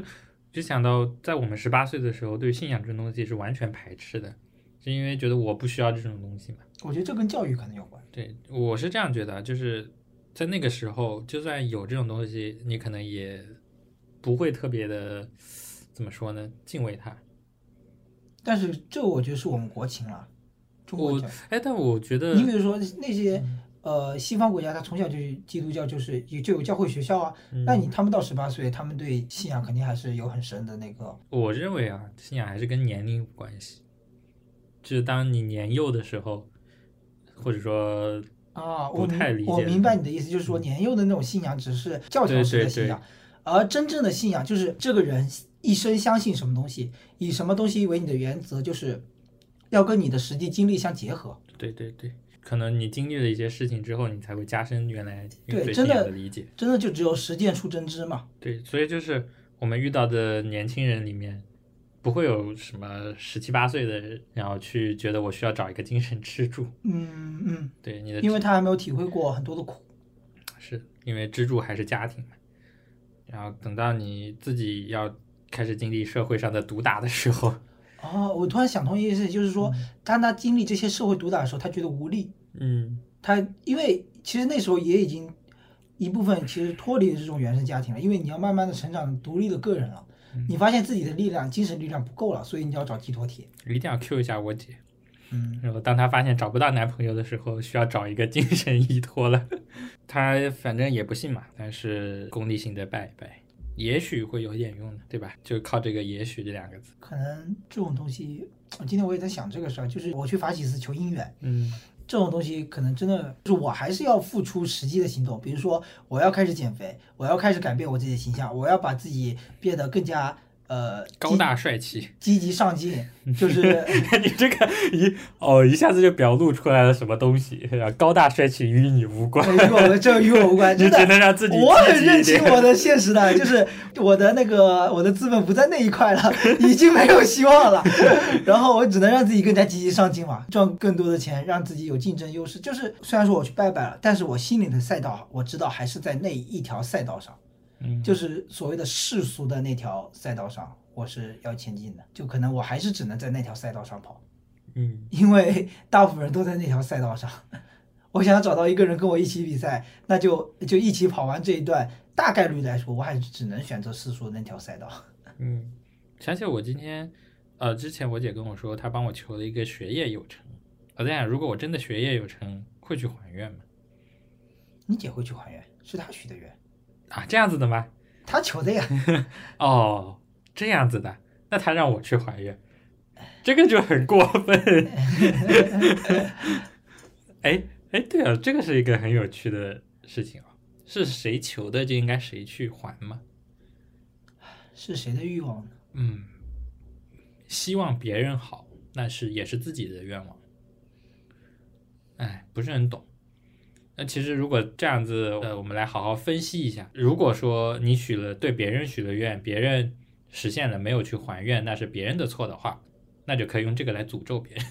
A: 就想到在我们十八岁的时候，对信仰这种东西是完全排斥的，是因为觉得我不需要这种东西嘛。
B: 我觉得这跟教育可能有关。
A: 对，我是这样觉得，啊就是在那个时候，就算有这种东西，你可能也不会特别的，怎么说呢，敬畏它。
B: 但是这我觉得是我们国情了，中国
A: 我
B: 教育。
A: 哎，但我觉得嗯
B: 你比如说那些呃西方国家，他从小就是基督教，就是就有教会学校啊。
A: 嗯
B: 那你他们到十八岁，他们对信仰肯定还是有很深的那个。
A: 我认为啊，信仰还是跟年龄有关系，就是当你年幼的时候，或者说
B: 啊，
A: 不
B: 我明
A: 太理
B: 我
A: 解嗯
B: 明白你的意思，就是说年幼的那种信仰只是教条式的信仰，而真正的信仰就是这个人一生相信什么东西，以什么东西为你的原则，就是要跟你的实际经历相结合。
A: 对对对，可能你经历了一些事情之后，你才会加深原来
B: 对
A: 对
B: 真
A: 信仰的
B: 的
A: 理解。
B: 真的就只有实践出真知嘛？
A: 对，所以就是我们遇到的年轻人里面，不会有什么十七八岁的人，然后去觉得我需要找一个精神支柱。
B: 嗯嗯，
A: 对，你的
B: 因为他还没有体会过很多的苦。
A: 是因为支柱还是家庭嘛。然后等到你自己要开始经历社会上的毒打的时候，
B: 哦，我突然想通一件事，就是说，当他经历这些社会毒打的时候，他觉得无力。
A: 嗯，
B: 他因为其实那时候也已经一部分其实脱离了这种原生家庭了，因为你要慢慢的成长独立的个人了，
A: 嗯
B: 你发现自己的力量、精神力量不够了，所以你要找寄托体。
A: 一定要 Q 一下我姐。
B: 嗯，
A: 然后当她发现找不到男朋友的时候，需要找一个精神依托了。 她反正也不信嘛，但是功利性的拜一拜，也许会有点用的，对吧？就靠这个“也许”这两个字。
B: 可能这种东西，我今天我也在想这个事儿，就是我去法喜寺求姻缘，
A: 嗯，
B: 这种东西可能真的就是我还是要付出实际的行动，比如说我要开始减肥，我要开始改变我自己的形象，我要把自己变得更加呃
A: 高大帅气。
B: 积极上进，就是
A: 你这个一哦，一下子就表露出来了什么东西，高大帅气与你无关，
B: 哦与我们这与我 无关，
A: 你
B: 真的
A: 只能让自己
B: 我
A: 积
B: 很
A: 极
B: 认
A: 一
B: 清
A: 点。
B: 我的现实的，就是我的那个我的资本不在那一块了，已经没有希望了。 然后我只能让自己更加积极上进嘛，赚更多的钱，让自己有竞争优势。就是虽然说我去拜拜了，但是我心里的赛道我知道还是在那一条赛道上，
A: 嗯，
B: 就是所谓的世俗的那条赛道上，我是要前进的，就可能我还是只能在那条赛道上跑，
A: 嗯，
B: 因为大部分人都在那条赛道上。 我想找到一个人跟我一起比赛，那就就一起跑完这一段。大概率来说，我还是只能选择四叔那条赛道。
A: 嗯，想起我今天，呃，之前我姐跟我说，她帮我求了一个学业有成。呃我在想，如果我真的学业有成，会去还愿吗？
B: 你姐会去还愿，是她许的愿，
A: 啊，这样子的吗？
B: 她求的呀。
A: 哦，这样子的，那她让我去还愿，这个就很过分。 哎哎，对了，这个是一个很有趣的事情啊、是谁求的就应该谁去还吗？
B: 是谁的欲望呢？
A: 嗯，希望别人好，那是也是自己的愿望。哎，不是很懂。那其实如果这样子，呃，我们来好好分析一下。如果说你许了对别人许了愿，别人实现了没有去还愿，那是别人的错的话，那就可以用这个来诅咒别人。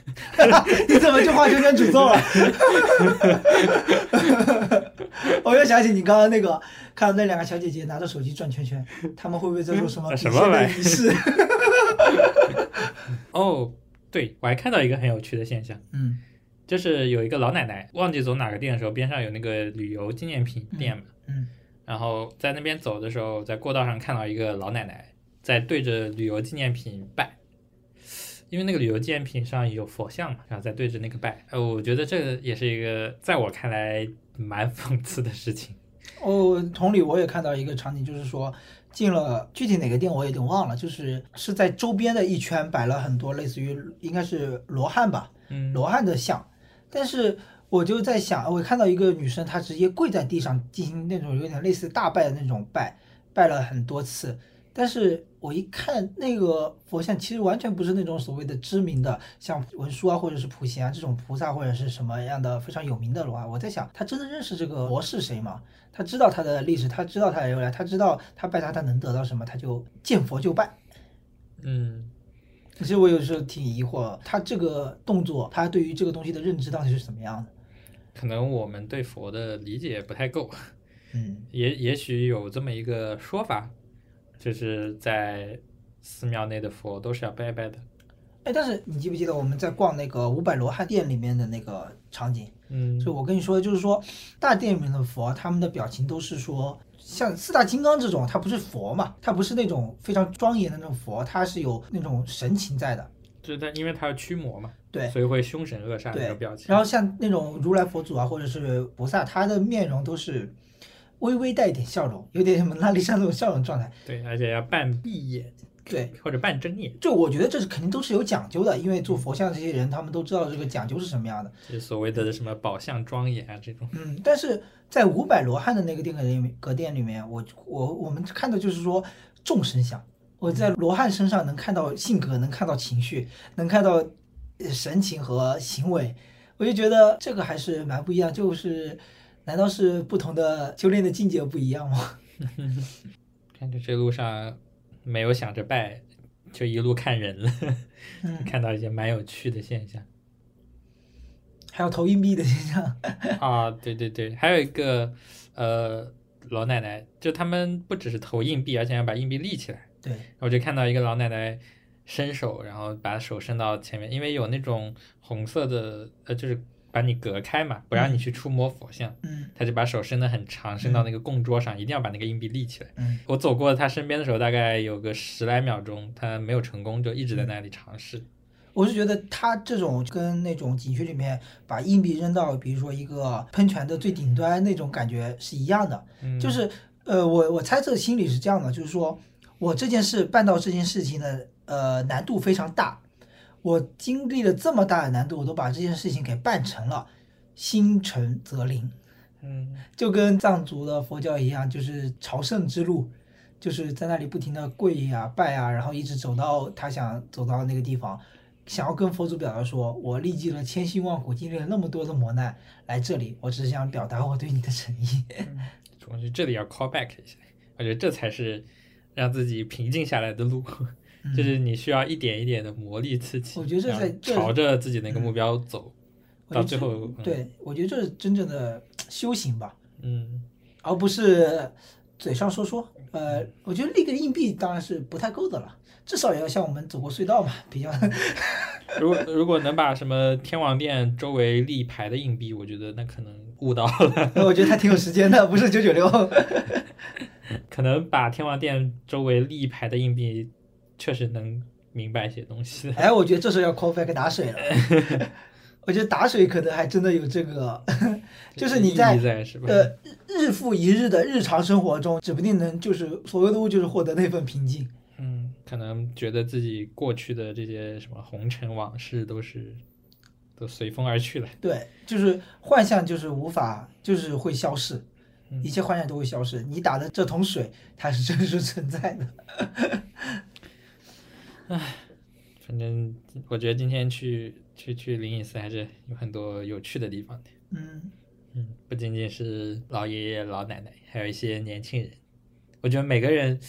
B: 你怎么就画圈圈诅咒了？ 我又想起你刚刚那个，看到那两个小姐姐拿着手机转圈圈，她们会不会在做什
A: 嗯
B: 么笔
A: 什
B: 仙
A: 么玩
B: 的
A: 意
B: 仪式？
A: 哦，对，我还看到一个很有趣的现象。
B: 嗯
A: 就是有一个老奶奶忘记走哪个店的时候，边上有那个旅游纪念品店嘛，
B: 嗯
A: 然后在那边走的时候，在过道上看到一个老奶奶在对着旅游纪念品拜，因为那个旅游纪念品上有佛像嘛，然后在对着那个拜，呃，我觉得这个也是一个在我看来蛮讽刺的事情。
B: 哦，同理，我也看到一个场景，就是说进了具体哪个店我有点忘了，就是是在周边的一圈摆了很多类似于应该是罗汉吧，
A: 嗯，
B: 罗汉的像，但是我就在想，我看到一个女生，她直接跪在地上进行那种有点类似大拜的那种拜，拜了很多次。但是我一看那个佛像，其实完全不是那种所谓的知名的，像文殊啊，或者是普贤啊这种菩萨，或者是什么样的非常有名的罗汉。我在想，他真的认识这个佛是谁吗？他知道他的历史，他知道他的由来，他知道他拜他他能得到什么，他就见佛就拜。
A: 嗯，
B: 其实我有时候挺疑惑，他这个动作，他对于这个东西的认知到底是怎么样的？
A: 可能我们对佛的理解不太够。
B: 嗯，
A: 也也许有这么一个说法，就是在寺庙内的佛都是要拜拜的。
B: 哎，但是你记不记得我们在逛那个五百罗汉殿里面的那个场景？
A: 嗯，
B: 所以我跟你说，就是说大殿里面的佛，他们的表情都是说，像四大金刚这种，它不是佛嘛，它不是那种非常庄严的那种佛，它是有那种神情在的。
A: 就是他，因为他要驱魔嘛，
B: 对
A: 所以会凶神恶煞的那
B: 对
A: 种表，情。
B: 然后像那种如来佛祖啊，或者是菩萨，他的面容都是微微带一点笑容，有点什么拉丽莎那种笑容状态。
A: 对，而且要半闭眼
B: 对，
A: 或者半睁眼，
B: 就我觉得这是肯定都是有讲究的，因为做佛像这些人，他们都知道这个讲究是什么样的。
A: 就是所谓的什么宝相庄严啊这种。
B: 嗯，但是在五百罗汉的那个定格里面，格殿里面，我我我们看的就是说众生相。我在罗汉身上能看到性格，能看到情绪，能看到呃神情和行为，我就觉得这个还是蛮不一样。就是难道是不同的修炼的境界不一样吗？
A: 看着这路上没有想着拜，就一路看人了，
B: 嗯，
A: 看到一些蛮有趣的现象
B: 还有投硬币的现象。
A: 啊。对对对，还有一个呃老奶奶，就他们不只是投硬币，而且要把硬币立起来。
B: 对，
A: 我就看到一个老奶奶伸手，然后把手伸到前面，因为有那种红色的，呃，就是把你隔开嘛，不让你去触摸佛像，
B: 嗯
A: 她就把手伸得很长，伸到那个供桌上，一定要把那个硬币立起来。
B: 嗯，
A: 我走过她身边的时候，大概有个十来秒钟，她没有成功，就一直在那里尝试。
B: 我是觉得他这种跟那种景区里面把硬币扔到，比如说一个喷泉的最顶端那种感觉是一样的，
A: 嗯，
B: 就是呃，我我猜测心里是这样的，就是说我这件事办到这件事情的呃难度非常大，我经历了这么大的难度，我都把这件事情给办成了，心诚则灵。
A: 嗯，
B: 就跟藏族的佛教一样，就是朝圣之路，就是在那里不停的跪呀、拜啊，然后一直走到他想走到那个地方，想要跟佛祖表达说，我历尽了千辛万苦，经历了那么多的磨难，来这里，我只是想表达我对你的诚意。
A: 我觉得嗯这里要 call back 一下，我觉得这才是让自己平静下来的路。就是你需要一点一点的磨砺自己，
B: 嗯我觉得这
A: 然后
B: 在这
A: 朝着自己那个目标走，
B: 我
A: 到
B: 觉
A: 最
B: 得这
A: 后，嗯
B: 对我觉得这是真正的修行吧，
A: 嗯，
B: 而不是嘴上说说，呃，我觉得立个硬币当然是不太够的了，至少也要像我们走过隧道嘛，比较
A: 如果如果能把什么天王殿周围立一排的硬币，我觉得那可能悟到了，
B: 我觉得他挺有时间的，不是九九六。
A: 可能把天王殿周围立一排的硬币，确实能明白一些东西。
B: 哎，我觉得这时候要 call back 打水了。我觉得打水可能还真的有 这个，就是你在
A: 意义在是吧？
B: 呃日复一日的日常生活中，指不定能就是所谓的就是获得那份平静。
A: 嗯，可能觉得自己过去的这些什么红尘往事都是都随风而去了。
B: 对，就是幻象，就是无法，就是会消逝，
A: 嗯
B: 一切幻象都会消逝。你打的这桶水，它是真实存在的。
A: 反正我觉得今天去去去灵隐寺还是有很多有趣的地方的。
B: 嗯，
A: 嗯，不仅仅是老爷爷、老奶奶，还有一些年轻人。我觉得每个人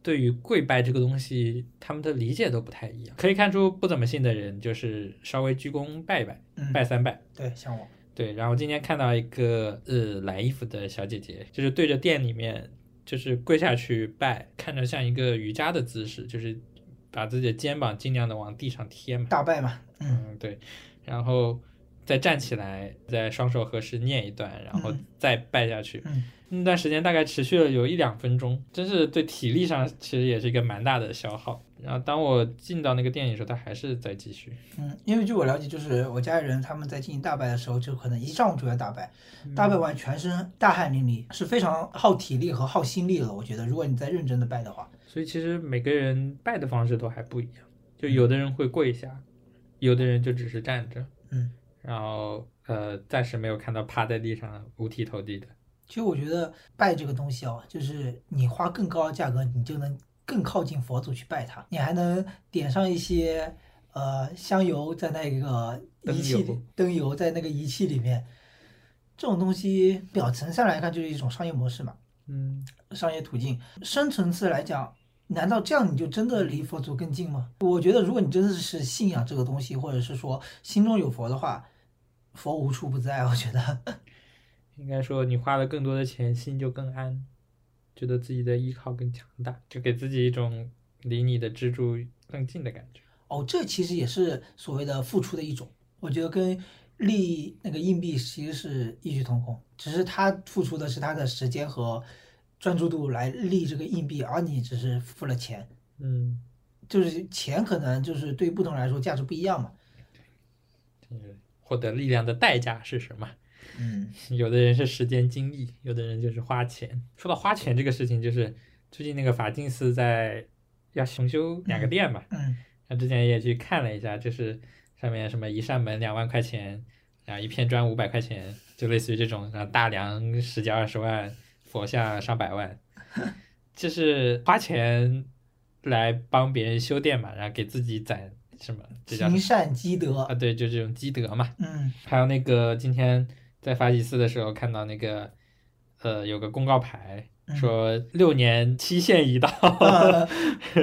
A: 对于跪拜这个东西，他们的理解都不太一样。可以看出，不怎么信的人就是稍微鞠躬拜一拜，
B: 嗯
A: 拜三拜。
B: 对，像我，
A: 对，然后今天看到一个呃蓝衣服的小姐姐，就是对着店里面就是跪下去拜，看着像一个瑜伽的姿势，就是把自己的肩膀尽量的往地上贴嘛。
B: 大败嘛。嗯，
A: 嗯，对，然后再站起来，再双手合十念一段，然后
B: 嗯
A: 再拜下去。
B: 嗯
A: 那段时间大概持续了有一两分钟，真是对体力上其实也是一个蛮大的消耗。然后当我进到那个店里的时候，他还是在继续。
B: 嗯，因为据我了解，就是我家人他们在进行大拜的时候，就可能一上午就要大拜，大拜完全身大汗淋漓，是非常耗体力和耗心力了。我觉得，如果你再认真的拜的话，
A: 嗯所以其实每个人拜的方式都还不一样，就有的人会跪下，有的人就只是站着，
B: 嗯，
A: 然后呃，暂时没有看到趴在地上五体投地的。
B: 其实我觉得拜这个东西哦，就是你花更高的价格，你就能更靠近佛祖去拜它，你还能点上一些呃香油在那个
A: 灯
B: 仪器里
A: 油
B: 灯油在那个仪器里面，这种东西表层上来看就是一种商业模式嘛，
A: 嗯，
B: 商业途径。深层次来讲，难道这样你就真的离佛祖更近吗？我觉得，如果你真的是信仰这个东西，或者是说心中有佛的话，佛无处不在。我觉得，
A: 应该说你花了更多的钱，心就更安，觉得自己的依靠更强大，就给自己一种离你的支柱更近的感觉。
B: 哦，这其实也是所谓的付出的一种。我觉得跟利那个硬币其实是异曲同工，只是他付出的是他的时间和专注度来立这个硬币，而你只是付了钱。
A: 嗯，
B: 就是钱可能就是对于不同人来说价值不一样嘛。
A: 就是获得力量的代价是什么？
B: 嗯，
A: 有的人是时间精力，有的人就是花钱。说到花钱这个事情，就是最近那个法净寺在要重修两个店嘛，
B: 嗯
A: 那之前也去看了一下，就是上面什么一扇门两万块钱，然后一片砖五百块钱，就类似于这种，然后大梁十几二十万，佛像上百万，就是花钱来帮别人修店嘛，然后给自己攒什么，这叫什
B: 行
A: 么
B: 善积
A: 啊？
B: 德。
A: 对，就这种积德嘛。
B: 嗯。
A: 还有那个今天在法喜寺的时候看到那个，呃，有个公告牌
B: 嗯
A: 说六年期限已到，
B: 啊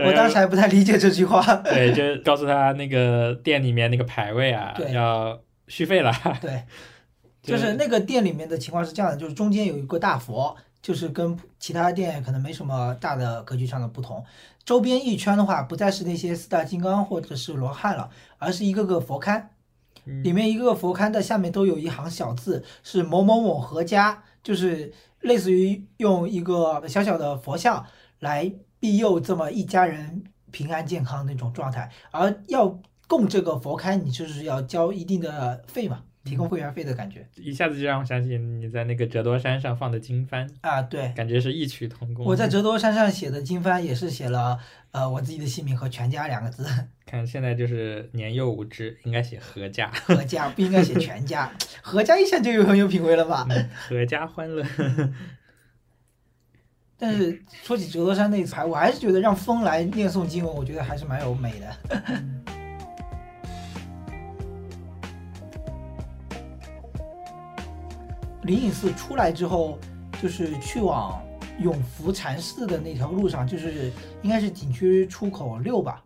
B: 我当时还不太理解这句话。
A: 对，就告诉他那个店里面那个牌位啊
B: 对
A: 要续费 了，
B: 对，就是那个店里面的情况是这样的，就是中间有一个大佛，就是跟其他店可能没什么大的格局上的不同。周边一圈的话，不再是那些四大金刚或者是罗汉了，而是一个个佛龛，
A: 嗯
B: 里面一个个佛龛的下面都有一行小字，是某某某何家，就是类似于用一个小小的佛像来庇佑这么一家人平安健康那种状态。而要供这个佛龛，你就是要交一定的费嘛，提供会员费的感觉
A: 一下子就让我想起你在那个折多山上放的经幡，
B: 啊。对，
A: 感觉是异曲同工。啊
B: 我在折多山上写的经幡也是写了呃我自己的姓名和全家两个字，
A: 看现在就是年幼无知，应该写阖 家，
B: 何家不应该写全家， 何家一下就有很有品位了吧？
A: 阖嗯家欢乐。
B: 但是说起折多山那一排，我还是觉得让风来念诵经文，我觉得还是蛮有美的。 灵隐寺出来之后，就是去往永福禅寺的那条路上，就是应该是景区出口六吧。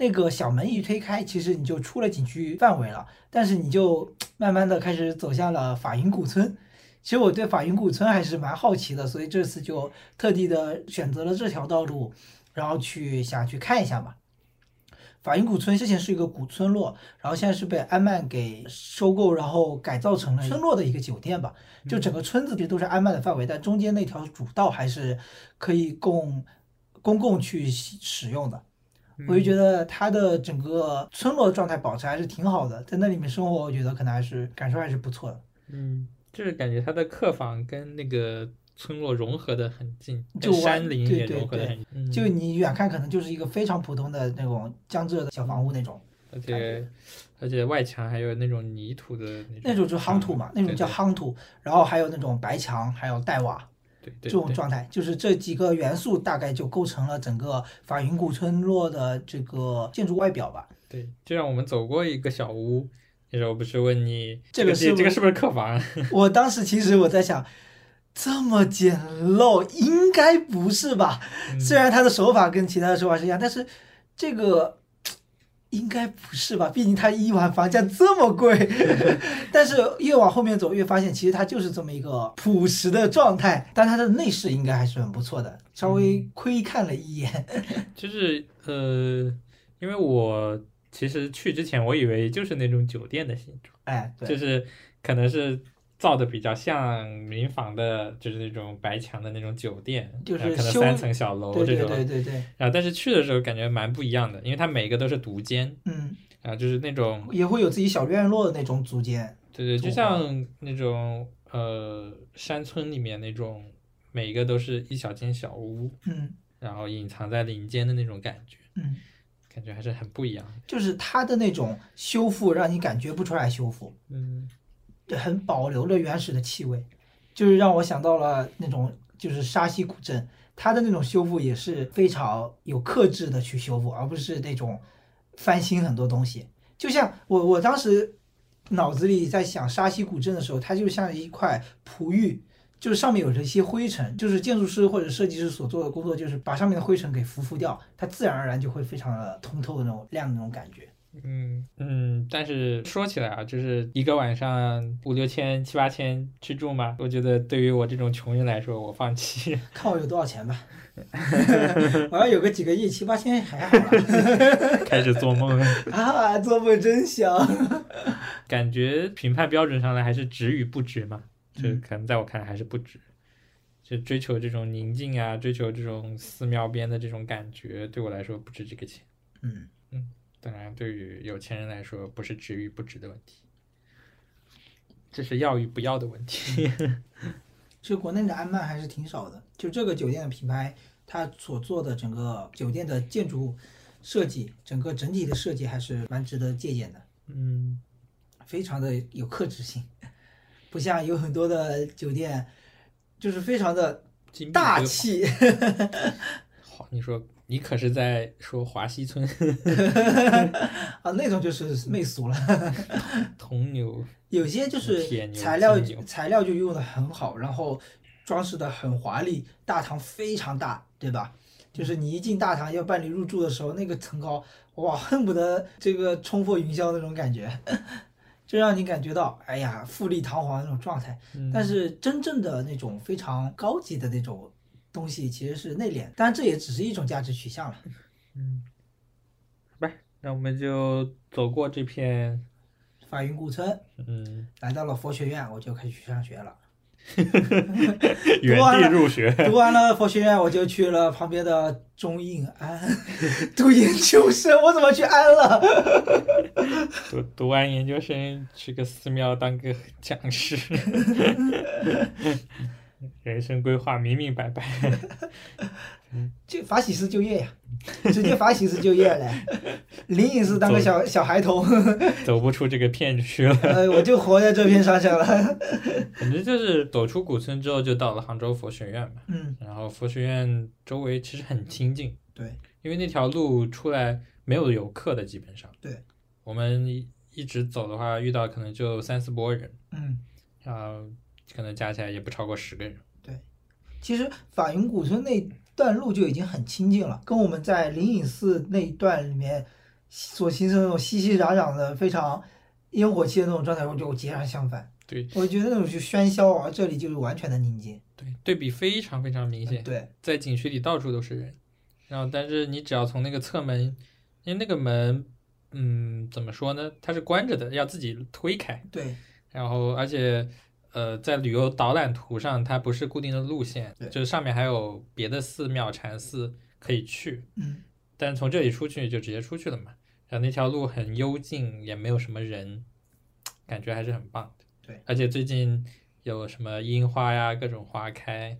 B: 那个小门一推开，其实你就出了景区范围了，但是你就慢慢的开始走向了法云古村。其实我对法云古村还是蛮好奇的，所以这次就特地的选择了这条道路，然后去想去看一下嘛。法云古村之前是一个古村落，然后现在是被安曼给收购，然后改造成了村落的一个酒店吧。就整个村子其实都是安曼的范围，但中间那条主道还是可以供公共去使使用的。我就觉得它的整个村落状态保持还是挺好的，在那里面生活，我觉得可能还是感受还是不错的。
A: 嗯，就是感觉它的客房跟那个村落融合的很近，
B: 就
A: 跟
B: 完
A: 山林
B: 对
A: 也
B: 对
A: 融合的
B: 对
A: 很近，嗯
B: 就你远看可能就是一个非常普通的那种江浙的小房屋那种，
A: 而且而且外墙还有那种泥土的
B: 那种就是夯土
A: 嗯
B: 嘛，那种叫夯土，然后还有那种白墙，还有黛瓦
A: 对对
B: 这
A: 对
B: 种
A: 对
B: 状态，就是这几个元素大概就构成了整个法云古村落的这个建筑外表吧。
A: 对，就像我们走过一个小屋，那时候不是问你
B: 这
A: 个
B: 个是
A: 这这个是不是客房？啊
B: 我当时其实我在想，这么简陋，应该不是吧？
A: 嗯
B: 虽然他的手法跟其他的手法是一样，但是这个应该不是吧？毕竟他一晚房价这 么贵，但是越往后面走越发现，其实它就是这么一个朴实的状态。但它的内饰应该还是很不错的，稍
A: 嗯
B: 微窥看了一眼，
A: 就是呃，因为我其实去之前我以为就是那种酒店的形状，
B: 哎，
A: 就
B: 对，
A: 是可能是造的比较像民房的，就是那种白墙的那种酒店，呃
B: 就是
A: 然后可能
B: 修
A: 三层小楼
B: 对
A: 这
B: 对
A: 种。
B: 对对对，
A: 然后但是去的时候感觉蛮不一样的，因为它每一个都是独间，
B: 嗯，
A: 然后就是那种
B: 也会有自己小院落的那种组间，
A: 对对，就
B: 土
A: 像那种呃山村里面那种，每一个都是一小间小屋，
B: 嗯
A: 然后隐藏在林间的那种感觉，
B: 嗯。
A: 感觉还是很不一样的。
B: 就是它的那种修复，让你感觉不出来修复，
A: 嗯
B: 对很保留了原始的气味，就是让我想到了那种就是沙溪古镇，它的那种修复也是非常有克制的去修复，而不是那种翻新很多东西。就像我我当时脑子里在想沙溪古镇的时候，它就像一块璞玉。就是上面有着一些灰尘，就是建筑师或者设计师所做的工作，就是把上面的灰尘给浮浮掉，它自然而然就会非常的通透的那种亮的那种感觉。
A: 嗯嗯，但是说起来啊，就是一个晚上五六千、七八千去住嘛，我觉得对于我这种穷人来说，我放弃。
B: 看我有多少钱吧。 我要有个几个亿，七八千还好
A: 开始做梦了，
B: 吧。啊，做梦真香。
A: 感觉评判标准上来还是值与不值嘛，就可能在我看来还是不值。就追求这种宁静啊，追求这种寺庙边的这种感觉，对我来说不值这个钱。
B: 嗯，
A: 当然，对于有钱人来说，不是值与不值的问题，这是要与不要的问题。
B: 其实国内的安曼还是挺少的，就这个酒店的品牌，它所做的整个酒店的建筑设计，整个整体的设计还是蛮值得借鉴的，
A: 嗯。
B: 非常的有克制性，不像有很多的酒店，就是非常的
A: 金
B: 大
A: 碧辉煌
B: 气。
A: 好，你说你可是在说华西村
B: 啊，那种就是媚俗了。
A: 铜牛，
B: 有些就是
A: 铁牛
B: 材料
A: 金牛
B: 材料就用的很好，然后装饰的很华丽，大堂非常大，对吧？就是你一进大堂要办理入住的时候，那个层高，哇，恨不得这个冲破云霄那种感觉， 就让你感觉到，哎呀，富丽堂皇那种状态。但是真正的那种非常高级的那种东西，其实是内敛，当然这也只是一种价值取向了。
A: 嗯，好吧，那我们就走过这片，
B: 法云古村
A: 嗯，
B: 来到了佛学院，我就开始去上学了。
A: 原地入学，
B: 读完了佛学院，我就去了旁边的中印安 读研究生。我怎么去安了？
A: 读读完研究生去个寺庙当个讲 师，人生规划明明白白，
B: 就法喜寺就业呀，直接法喜寺就业嘞。灵隐寺当个小小孩童，
A: 走不出这个片区了。
B: 呃，我就活在这片山上了。
A: 反正就是走出古村之后，就到了杭州佛学院嘛，
B: 嗯，
A: 然后佛学院周围其实很清静。
B: 对，
A: 因为那条路出来没有游客的，基本上。
B: 对，
A: 我们一一直走的话，遇到可能就三四波人，
B: 嗯，
A: 然后可能加起来也不超过十个人。
B: 其实法云古村那段路就已经很清静了，跟我们在灵隐寺那一段里面所形成那种熙熙攘攘的、非常烟火气的那种状态，我就截然相反。
A: 对
B: 我觉得那种去喧嚣啊，这里就是完全的宁静。
A: 对，对比非常非常明显。
B: 嗯对，
A: 在景区里到处都是人，然后但是你只要从那个侧门，因为那个门，嗯，怎么说呢？它是关着的，要自己推开。
B: 对，
A: 然后而且，呃，在旅游导览图上，它不是固定的路线
B: 对，
A: 就是上面还有别的寺庙、禅寺可以去，
B: 嗯，
A: 但是从这里出去就直接出去了嘛。然后那条路很幽静，也没有什么人，感觉还是很棒的。
B: 对，
A: 而且最近有什么樱花呀，各种花开，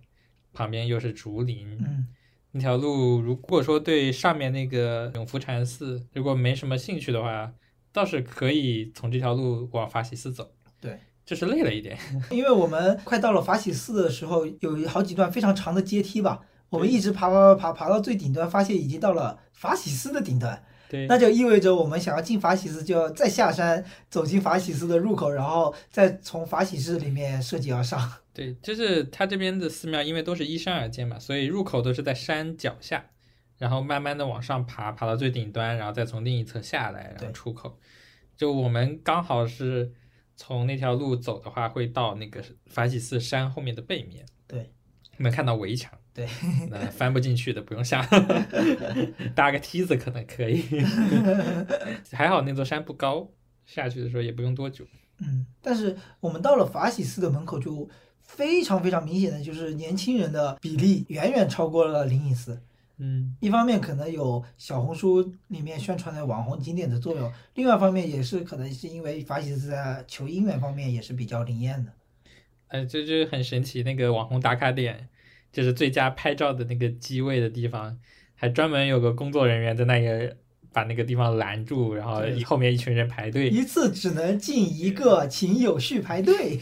A: 旁边又是竹林，
B: 嗯，
A: 那条路，如果说对上面那个永福禅寺如果没什么兴趣的话，倒是可以从这条路往法喜寺走。
B: 对，
A: 就是累了一点。
B: 因为我们快到了法喜寺的时候，有好几段非常长的阶梯吧，我们一直爬爬爬爬爬到最顶端，发现已经到了法喜寺的顶端，
A: 对
B: 那就意味着我们想要进法喜寺，就要再下山走进法喜寺的入口，然后再从法喜寺里面涉及而上。
A: 对，就是它这边的寺庙，因为都是依山而建嘛，所以入口都是在山脚下，然后慢慢的往上爬，爬到最顶端，然后再从另一侧下来，然
B: 对
A: 后出口。就我们刚好是从那条路走的话，会到那个法喜寺山后面的背面，
B: 对，
A: 能看到围墙。
B: 对，
A: 那 翻不进去的不用下，搭个梯子可能可 以。还好那座山不高，下去的时候也不用多久。
B: 嗯，但是我们到了法喜寺的门口，就非常非常明显的就是年轻人的比例远远超过了灵隐寺。
A: 嗯，
B: 一方面可能有小红书里面宣传的网红景点的作用，另外一方面也是可能是因为法喜寺在求姻缘方面也是比较灵验的。
A: 哎，这就是很神奇，那个网红打卡点，就是最佳拍照的那个机位的地方，还专门有个工作人员在那个把那个地方拦住，然后
B: 对
A: 后面一群人排队，
B: 一次只能进一个，请有序排队。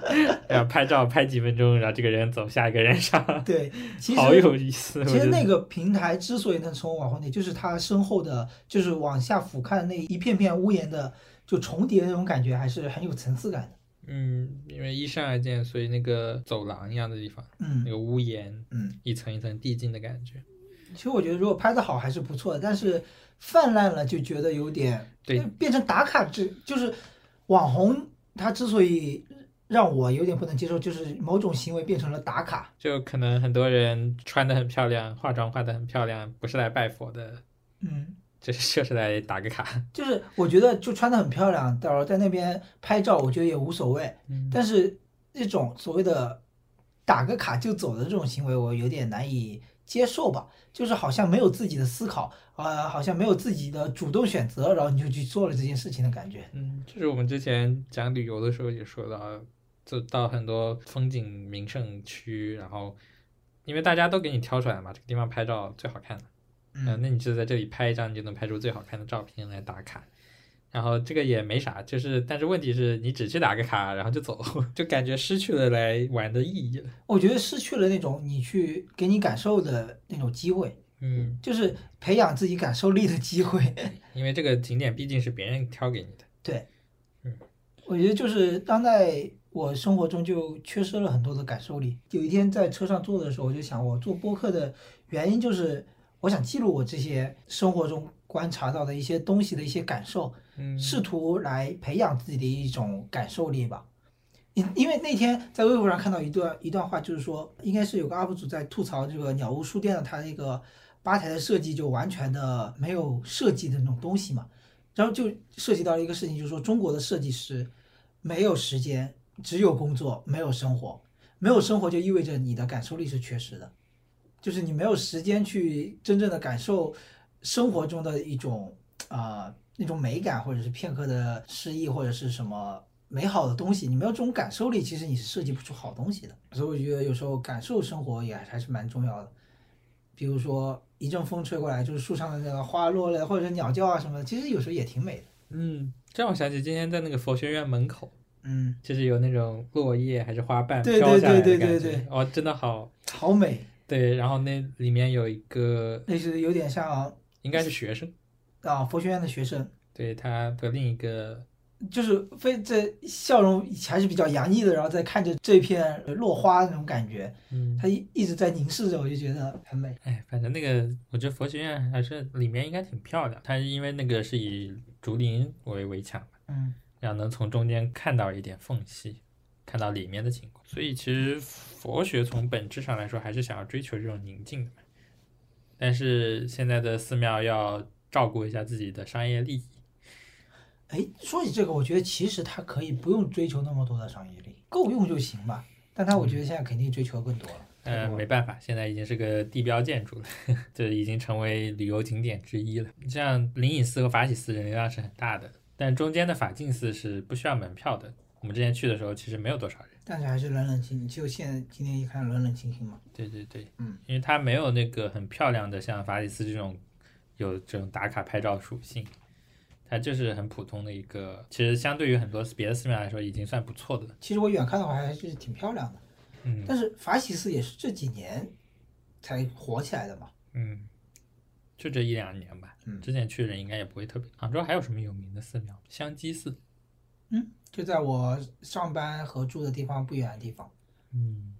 A: 然后拍照拍几分钟，然后这个人走，下一个人上，
B: 对，其
A: 好
B: 实
A: 有意思。
B: 其
A: 我
B: 实
A: 觉
B: 那
A: 得
B: 个平台之所以能成为网红点，就是它身后的就是往下俯瞰那一片片屋檐的就重叠的那种感觉，还是很有层次感的。
A: 嗯，因为依山而建，所以那个走廊一样的地方，
B: 嗯
A: 那个屋檐
B: 嗯，
A: 一层一层递进的感觉。
B: 其实我觉得如果拍的好还是不错的，但是泛滥了就觉得有点
A: 对
B: 变变成打卡制，就是网红他之所以让我有点不能接受，就是某种行为变成了打卡。
A: 就可能很多人穿的很漂亮，化妆化的很漂亮，不是来拜佛的，
B: 嗯，
A: 就是 就是来打个卡。
B: 就是我觉得就穿的很漂亮，到时候在那边拍照，我觉得也无所谓。
A: 嗯
B: 但是这种所谓的打个卡就走的这种行为，我有点难以接受吧。就是好像没有自己的思考，呃，好像没有自己的主动选择，然后你就去做了这件事情的感觉。
A: 嗯，就是我们之前讲旅游的时候也说到，啊就到很多风景名胜区，然后因为大家都给你挑出来了嘛，这个地方拍照最好看的，嗯、那你就在这里拍一张，你就能拍出最好看的照片来打卡。然后这个也没啥，就是但是问题是你只去打个卡，然后就走，就感觉失去了来玩的意义了。嗯
B: 我觉得失去了那种你去给你感受的那种机会，
A: 嗯，
B: 就是培养自己感受力的机会。
A: 因为这个景点毕竟是别人挑给你的。
B: 对
A: 嗯，
B: 我觉得就是当代我生活中就缺失了很多的感受力。有一天在车上坐的时候，我就想，我做播客的原因就是我想记录我这些生活中观察到的一些东西的一些感受，
A: 嗯，
B: 试图来培养自己的一种感受力吧。因因为那天在微博上看到一段一段话，就是说，应该是有个 UP 主在吐槽这个鸟屋书店的它那个吧台的设计就完全的没有设计的那种东西嘛，然后就涉及到了一个事情，就是说中国的设计师没有时间，只有工作，没有生活，没有生活就意味着你的感受力是缺失的，就是你没有时间去真正的感受生活中的一种啊、呃那种美感，或者是片刻的诗意，或者是什么美好的东西，你没有这种感受力，其实你是设计不出好东西的。所以我觉得有时候感受生活也还是蛮重要的。比如说一阵风吹过来，就是树上的那个花落了，或者是鸟叫啊什么的，其实有时候也挺美的。
A: 嗯，这让我想起今天在那个佛学院门口，
B: 嗯，
A: 就是有那种落叶还是花瓣
B: 对
A: 飘下来的
B: 对对
A: 感
B: 对对
A: 觉哦，真的好。
B: 好美，
A: 对，然后那里面有一个
B: 那是有点像
A: 应该是学生，
B: 啊佛学院的学生，
A: 对他的另一个，
B: 就是非这笑容还是比较洋溢的，然后再看着这片落花那种感觉，
A: 嗯，
B: 他一一直在凝视着，我就觉得很美。
A: 哎，反正那个我觉得佛学院还是里面应该挺漂亮，它因为那个是以竹林为围墙嘛，
B: 嗯，
A: 然后能从中间看到一点缝隙，看到里面的情况。所以其实佛学从本质上来说，还是想要追求这种宁静的嘛。但是现在的寺庙要照顾一下自己的商业利益，
B: 哎，说起这个，我觉得其实他可以不用追求那么多的商业利益，够用就行吧。但他我觉得现在肯定追求更多了。
A: 呃，没办法，现在已经是个地标建筑了， 这已经成为旅游景点之一了。像灵隐寺和法喜寺人流量是很大的，但中间的法净寺是不需要门票的。我们之前去的时候，其实没有多少人。
B: 但是还是冷冷清清，就现在今天一看冷冷清清嘛。
A: 对对对，
B: 嗯，
A: 因为它没有那个很漂亮的像法里斯这种有这种打卡拍照属性，它就是很普通的一个。其实相对于很多别的寺庙来说，已经算不错的了。
B: 其实我远看的话还是挺漂亮的，
A: 嗯
B: 但是法喜寺也是这几年才火起来的嘛。
A: 嗯，就这一两年吧。
B: 嗯
A: 之前去的人应该也不会特别。杭州还有什么有名的寺庙？香积寺。
B: 嗯，就在我上班和住的地方不远的地方。
A: 嗯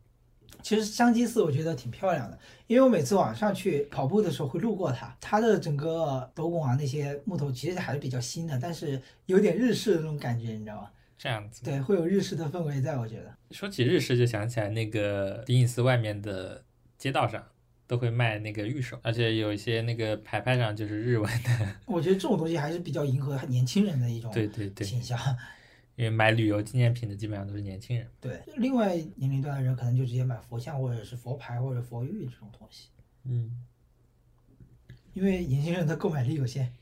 B: 其实香积寺我觉得挺漂亮的，因为我每次晚上去跑步的时候会路过它，它的整个斗拱啊那些木头其实还是比较新的，但是有点日式的那种感觉，你知道吗？
A: 这样子。
B: 对，会有日式的氛围在，我觉得。
A: 说起日式，就想起来那个灵隐寺外面的街道上都会卖那个玉手，而且有一些那个牌牌上就是日文的。
B: 我觉得这种东西还是比较迎合年轻人的一种
A: 对对对。
B: 倾向。
A: 因为买旅游纪念品的基本上都是年轻人。
B: 对，另外年龄段的人可能就直接买佛像或者是佛牌或者佛玉这种东西，
A: 嗯，
B: 因为年轻人的购买力 有限。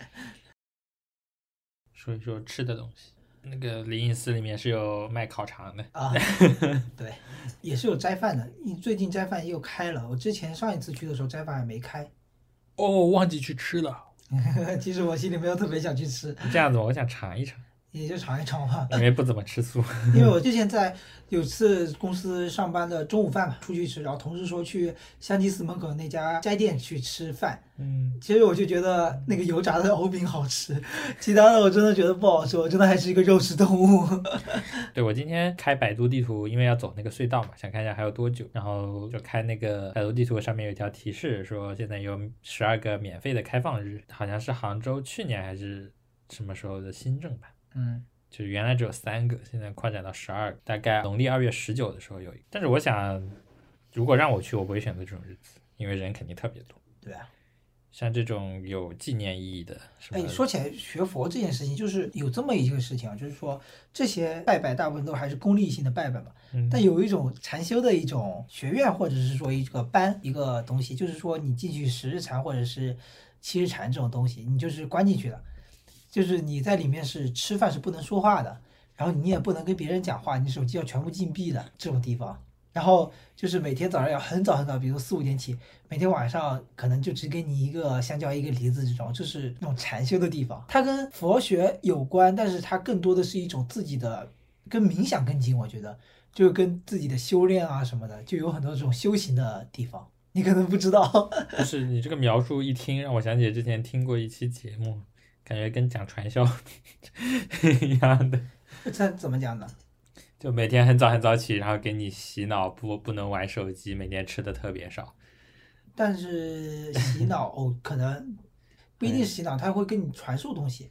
A: 说一说吃的东西。那个灵隐寺里面是有卖烤肠的，
B: 啊，对，也是有斋饭的。因为最近斋饭又开了，我之前上一次去的时候斋饭还没开。
A: 哦，忘记去吃了。
B: 其实我心里没有特别想去吃，
A: 这样子吧，我想尝一尝，
B: 也就尝一尝吧。
A: 因为不怎么吃素。
B: 因为我之前在有次公司上班的中午饭嘛，出去吃，然后同事说去香积寺门口那家斋店去吃饭，
A: 嗯，
B: 其实我就觉得那个油炸的藕饼好吃， 其他的我真的觉得不好吃，我真的还是一个肉食动物。
A: 对我今天开百度地图，因为要走那个隧道嘛，想看一下还有多久，然后就开那个百度地图上面有一条提示说现在有十二个免费的开放日，好像是杭州去年还是什么时候的新政吧。
B: 嗯，
A: 就是原来只有三个，现在扩展到十二个，大概农历二月十九的时候有一个。但是我想，如果让我去，我不会选择这种日子，因为人肯定特别多。
B: 对啊。
A: 像这种有纪念意义的，什么
B: 哎，说起来学佛这件事情，就是有这么一个事情啊，就是说这些拜拜大部分都还是功利性的拜拜嘛，
A: 嗯
B: 但有一种禅修的一种学院，或者是说一个班一个东西，就是说你进去十日禅或者是七日禅这种东西，你就是关进去的，就是你在里面是吃饭是不能说话的，然后你也不能跟别人讲话，你手机要全部禁闭的这种地方。然后就是每天早上要很早很早，比如四五点起，每天晚上可能就只给你一个香蕉一个梨子这种，就是那种禅修的地方。它跟佛学有关，但是它更多的是一种自己的跟冥想更近，我觉得就跟自己的修炼啊什么的，就有很多这种修行的地方。你可能不知道，
A: 就是你这个描述一听，让我想起之前听过一期节目，感觉跟讲传销 一样的，
B: 这怎么讲呢？
A: 就每天很早很早起，然后给你洗脑，不不能玩手机，每天吃的特别少。
B: 但是洗脑、哦，可能不一定是洗脑，他会跟你传输东西。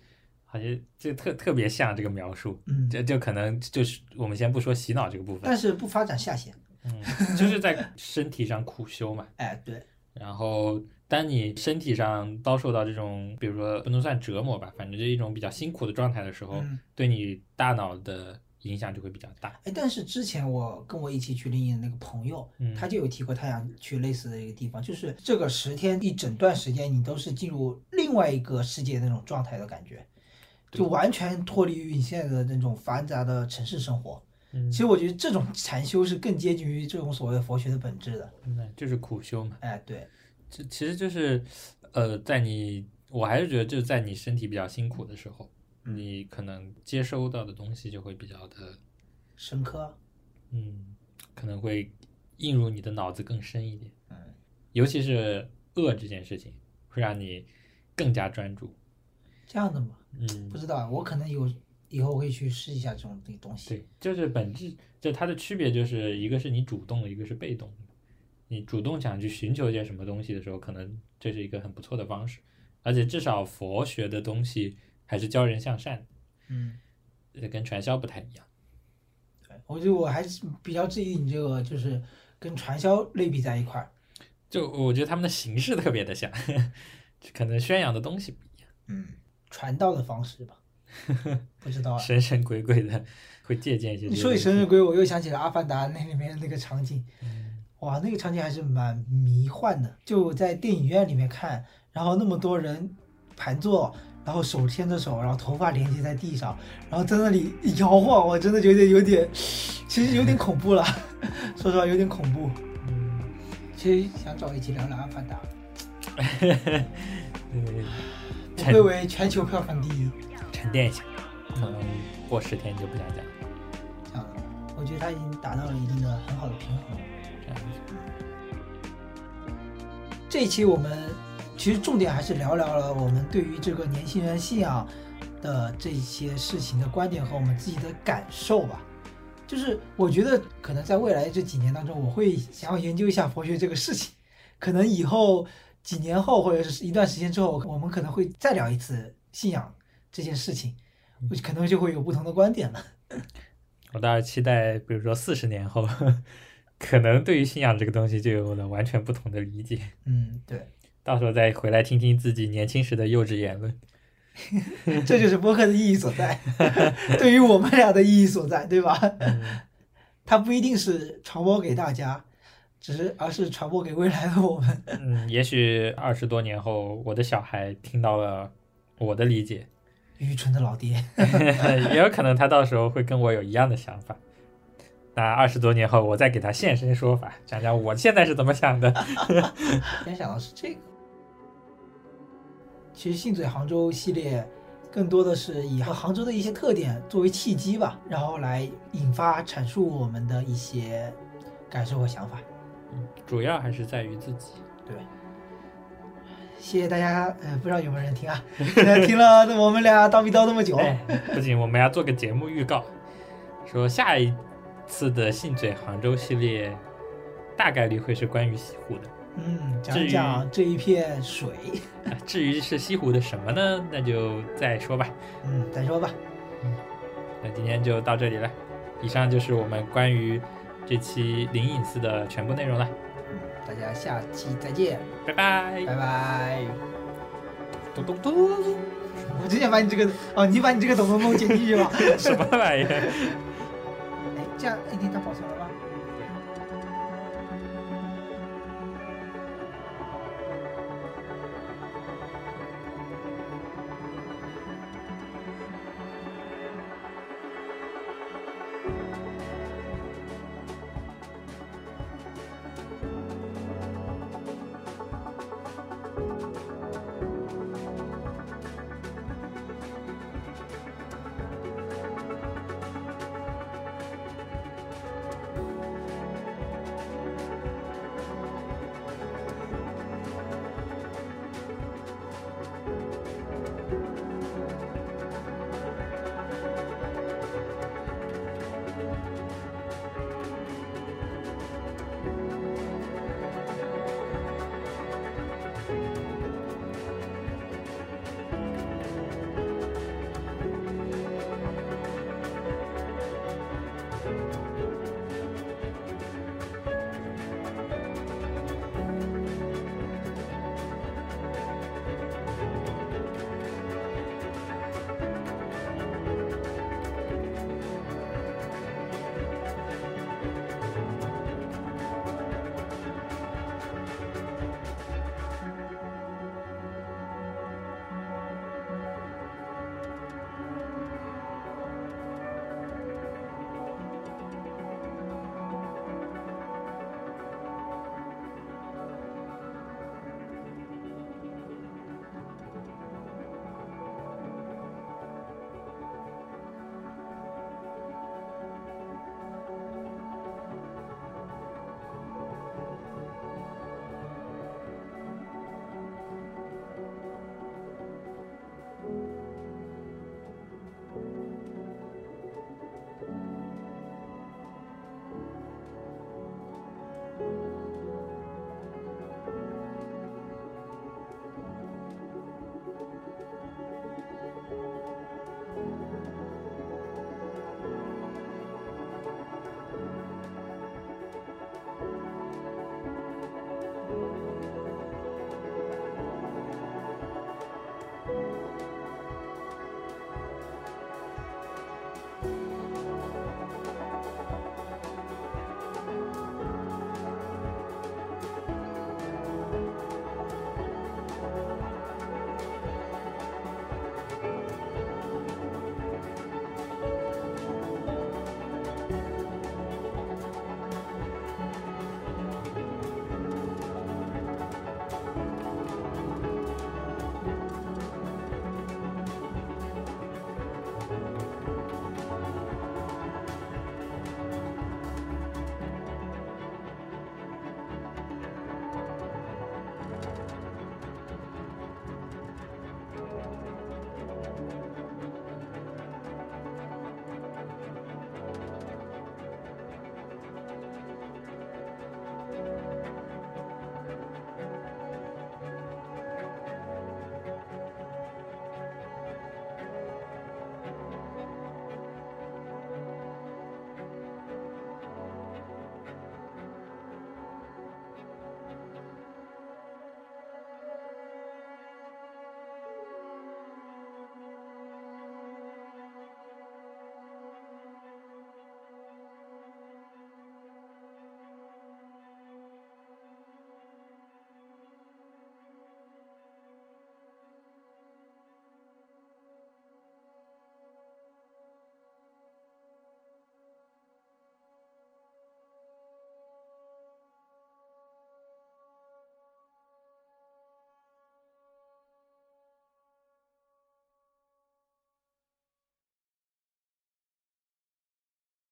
A: 好像就特特别像这个描述，
B: 嗯，
A: 这就可能就是我们先不说洗脑这个部分，
B: 但是不发展下线。
A: 嗯，就是在身体上苦修嘛。
B: 哎，对，
A: 然后，当你身体上遭受到这种，比如说不能算折磨吧，反正就一种比较辛苦的状态的时候，
B: 嗯。
A: 对你大脑的影响就会比较大。
B: 哎，但是之前我跟我一起去灵隐的那个朋友，
A: 嗯
B: 他就有提过他想去类似的一个地方，就是这个十天一整段时间，你都是进入另外一个世界那种状态的感觉，就完全脱离于你现在的那种繁杂的城市生活。
A: 嗯
B: 其实我觉得这种禅修是更接近于这种所谓佛学的本质的。
A: 嗯就是苦修嘛，
B: 哎，对，
A: 这其实就是，呃，在你，我还是觉得就是在你身体比较辛苦的时候，你可能接收到的东西就会比较的，
B: 深刻，
A: 嗯，可能会映入你的脑子更深一点。
B: 嗯，
A: 尤其是饿这件事情，会让你更加专注。
B: 这样的嘛，
A: 嗯
B: 不，知道啊，我可能有以后会去试一下这种东西。
A: 对，就是本质，就它的区别就是一个是你主动的，一个是被动的。你主动想去寻求一些什么东西的时候，可能这是一个很不错的方式，而且至少佛学的东西还是教人向善，
B: 嗯，
A: 呃跟传销不太一样。
B: 对，我就我还是比较质疑你这个，就是跟传销类比在一块儿。
A: 就我觉得他们的形式特别的像， 可能宣扬的东西不一样，
B: 嗯，传道的方式吧，不知道啊。
A: 神神鬼鬼的会借鉴一些。
B: 你说起神神鬼，我又想起了《阿凡达》那里面那个场景，哇，那个场景还是蛮迷幻的。就在电影院里面看，然后那么多人盘坐，然后手牵着手，然后头发连接在地上，然后在那里摇晃，我真的觉得有点，其实有点恐怖了，说实话有点恐怖。
A: 嗯，
B: 其实想找一起聊聊《阿凡达》，
A: 嗯
B: 我归为全球票房第一。
A: 沉淀一下，可能过十天就不想讲了。
B: 这样的，我觉得它已经达到了一定的很好的平衡了。
A: 这样子
B: 这一期我们其实重点还是聊聊了我们对于这个年轻人信仰的这些事情的观点和我们自己的感受吧。就是我觉得可能在未来这几年当中，我会想要研究一下佛学这个事情。可能以后几年后或者是一段时间之后，我们可能会再聊一次信仰这件事情，我可能就会有不同的观点了。
A: 我倒是期待，比如说四十年后，可能对于信仰这个东西就有了完全不同的理解，
B: 嗯，对，
A: 到时候再回来听听自己年轻时的幼稚言论。
B: 这就是播客的意义所在， 对于我们俩的意义所在，对吧？它不一定是传播给大家，只是而是传播给未来的我们。
A: 嗯，也许二十多年后，我的小孩听到了我的理解，
B: 愚蠢的老爹，
A: 也有可能他到时候会跟我有一样的想法。那二十多年后，我再给他现身说法，讲讲我现在是怎么想的。
B: 先想到是这个。其实“信嘴杭州”系列更多的是以杭州的一些特点作为契机吧，然后来引发阐述我们的一些感受和想法。
A: 主要还是在于自己。
B: 谢谢大家，呃，不知道有没有人听啊？呃听了我们俩叨逼叨那么久，
A: 哎，不仅我们要做个节目预告，说下一次的信嘴杭州系列大概率会是关于西湖的。
B: 嗯，讲
A: 至
B: 一
A: 于
B: 讲这一片水，
A: 啊至于是西湖的什么呢？那就再说吧。
B: 嗯，再说吧。
A: 那今天就到这里了，以上就是我们关于这期灵隐寺的全部内容了，
B: 嗯，大家下期再见，
A: 拜拜。
B: 拜拜。
A: 咚咚咚，
B: 我真想把你这个哦， 你把你这个抖抖抖剪进去吧。
A: 什么玩意儿？
B: 哎，这样哎，你打保存了吗？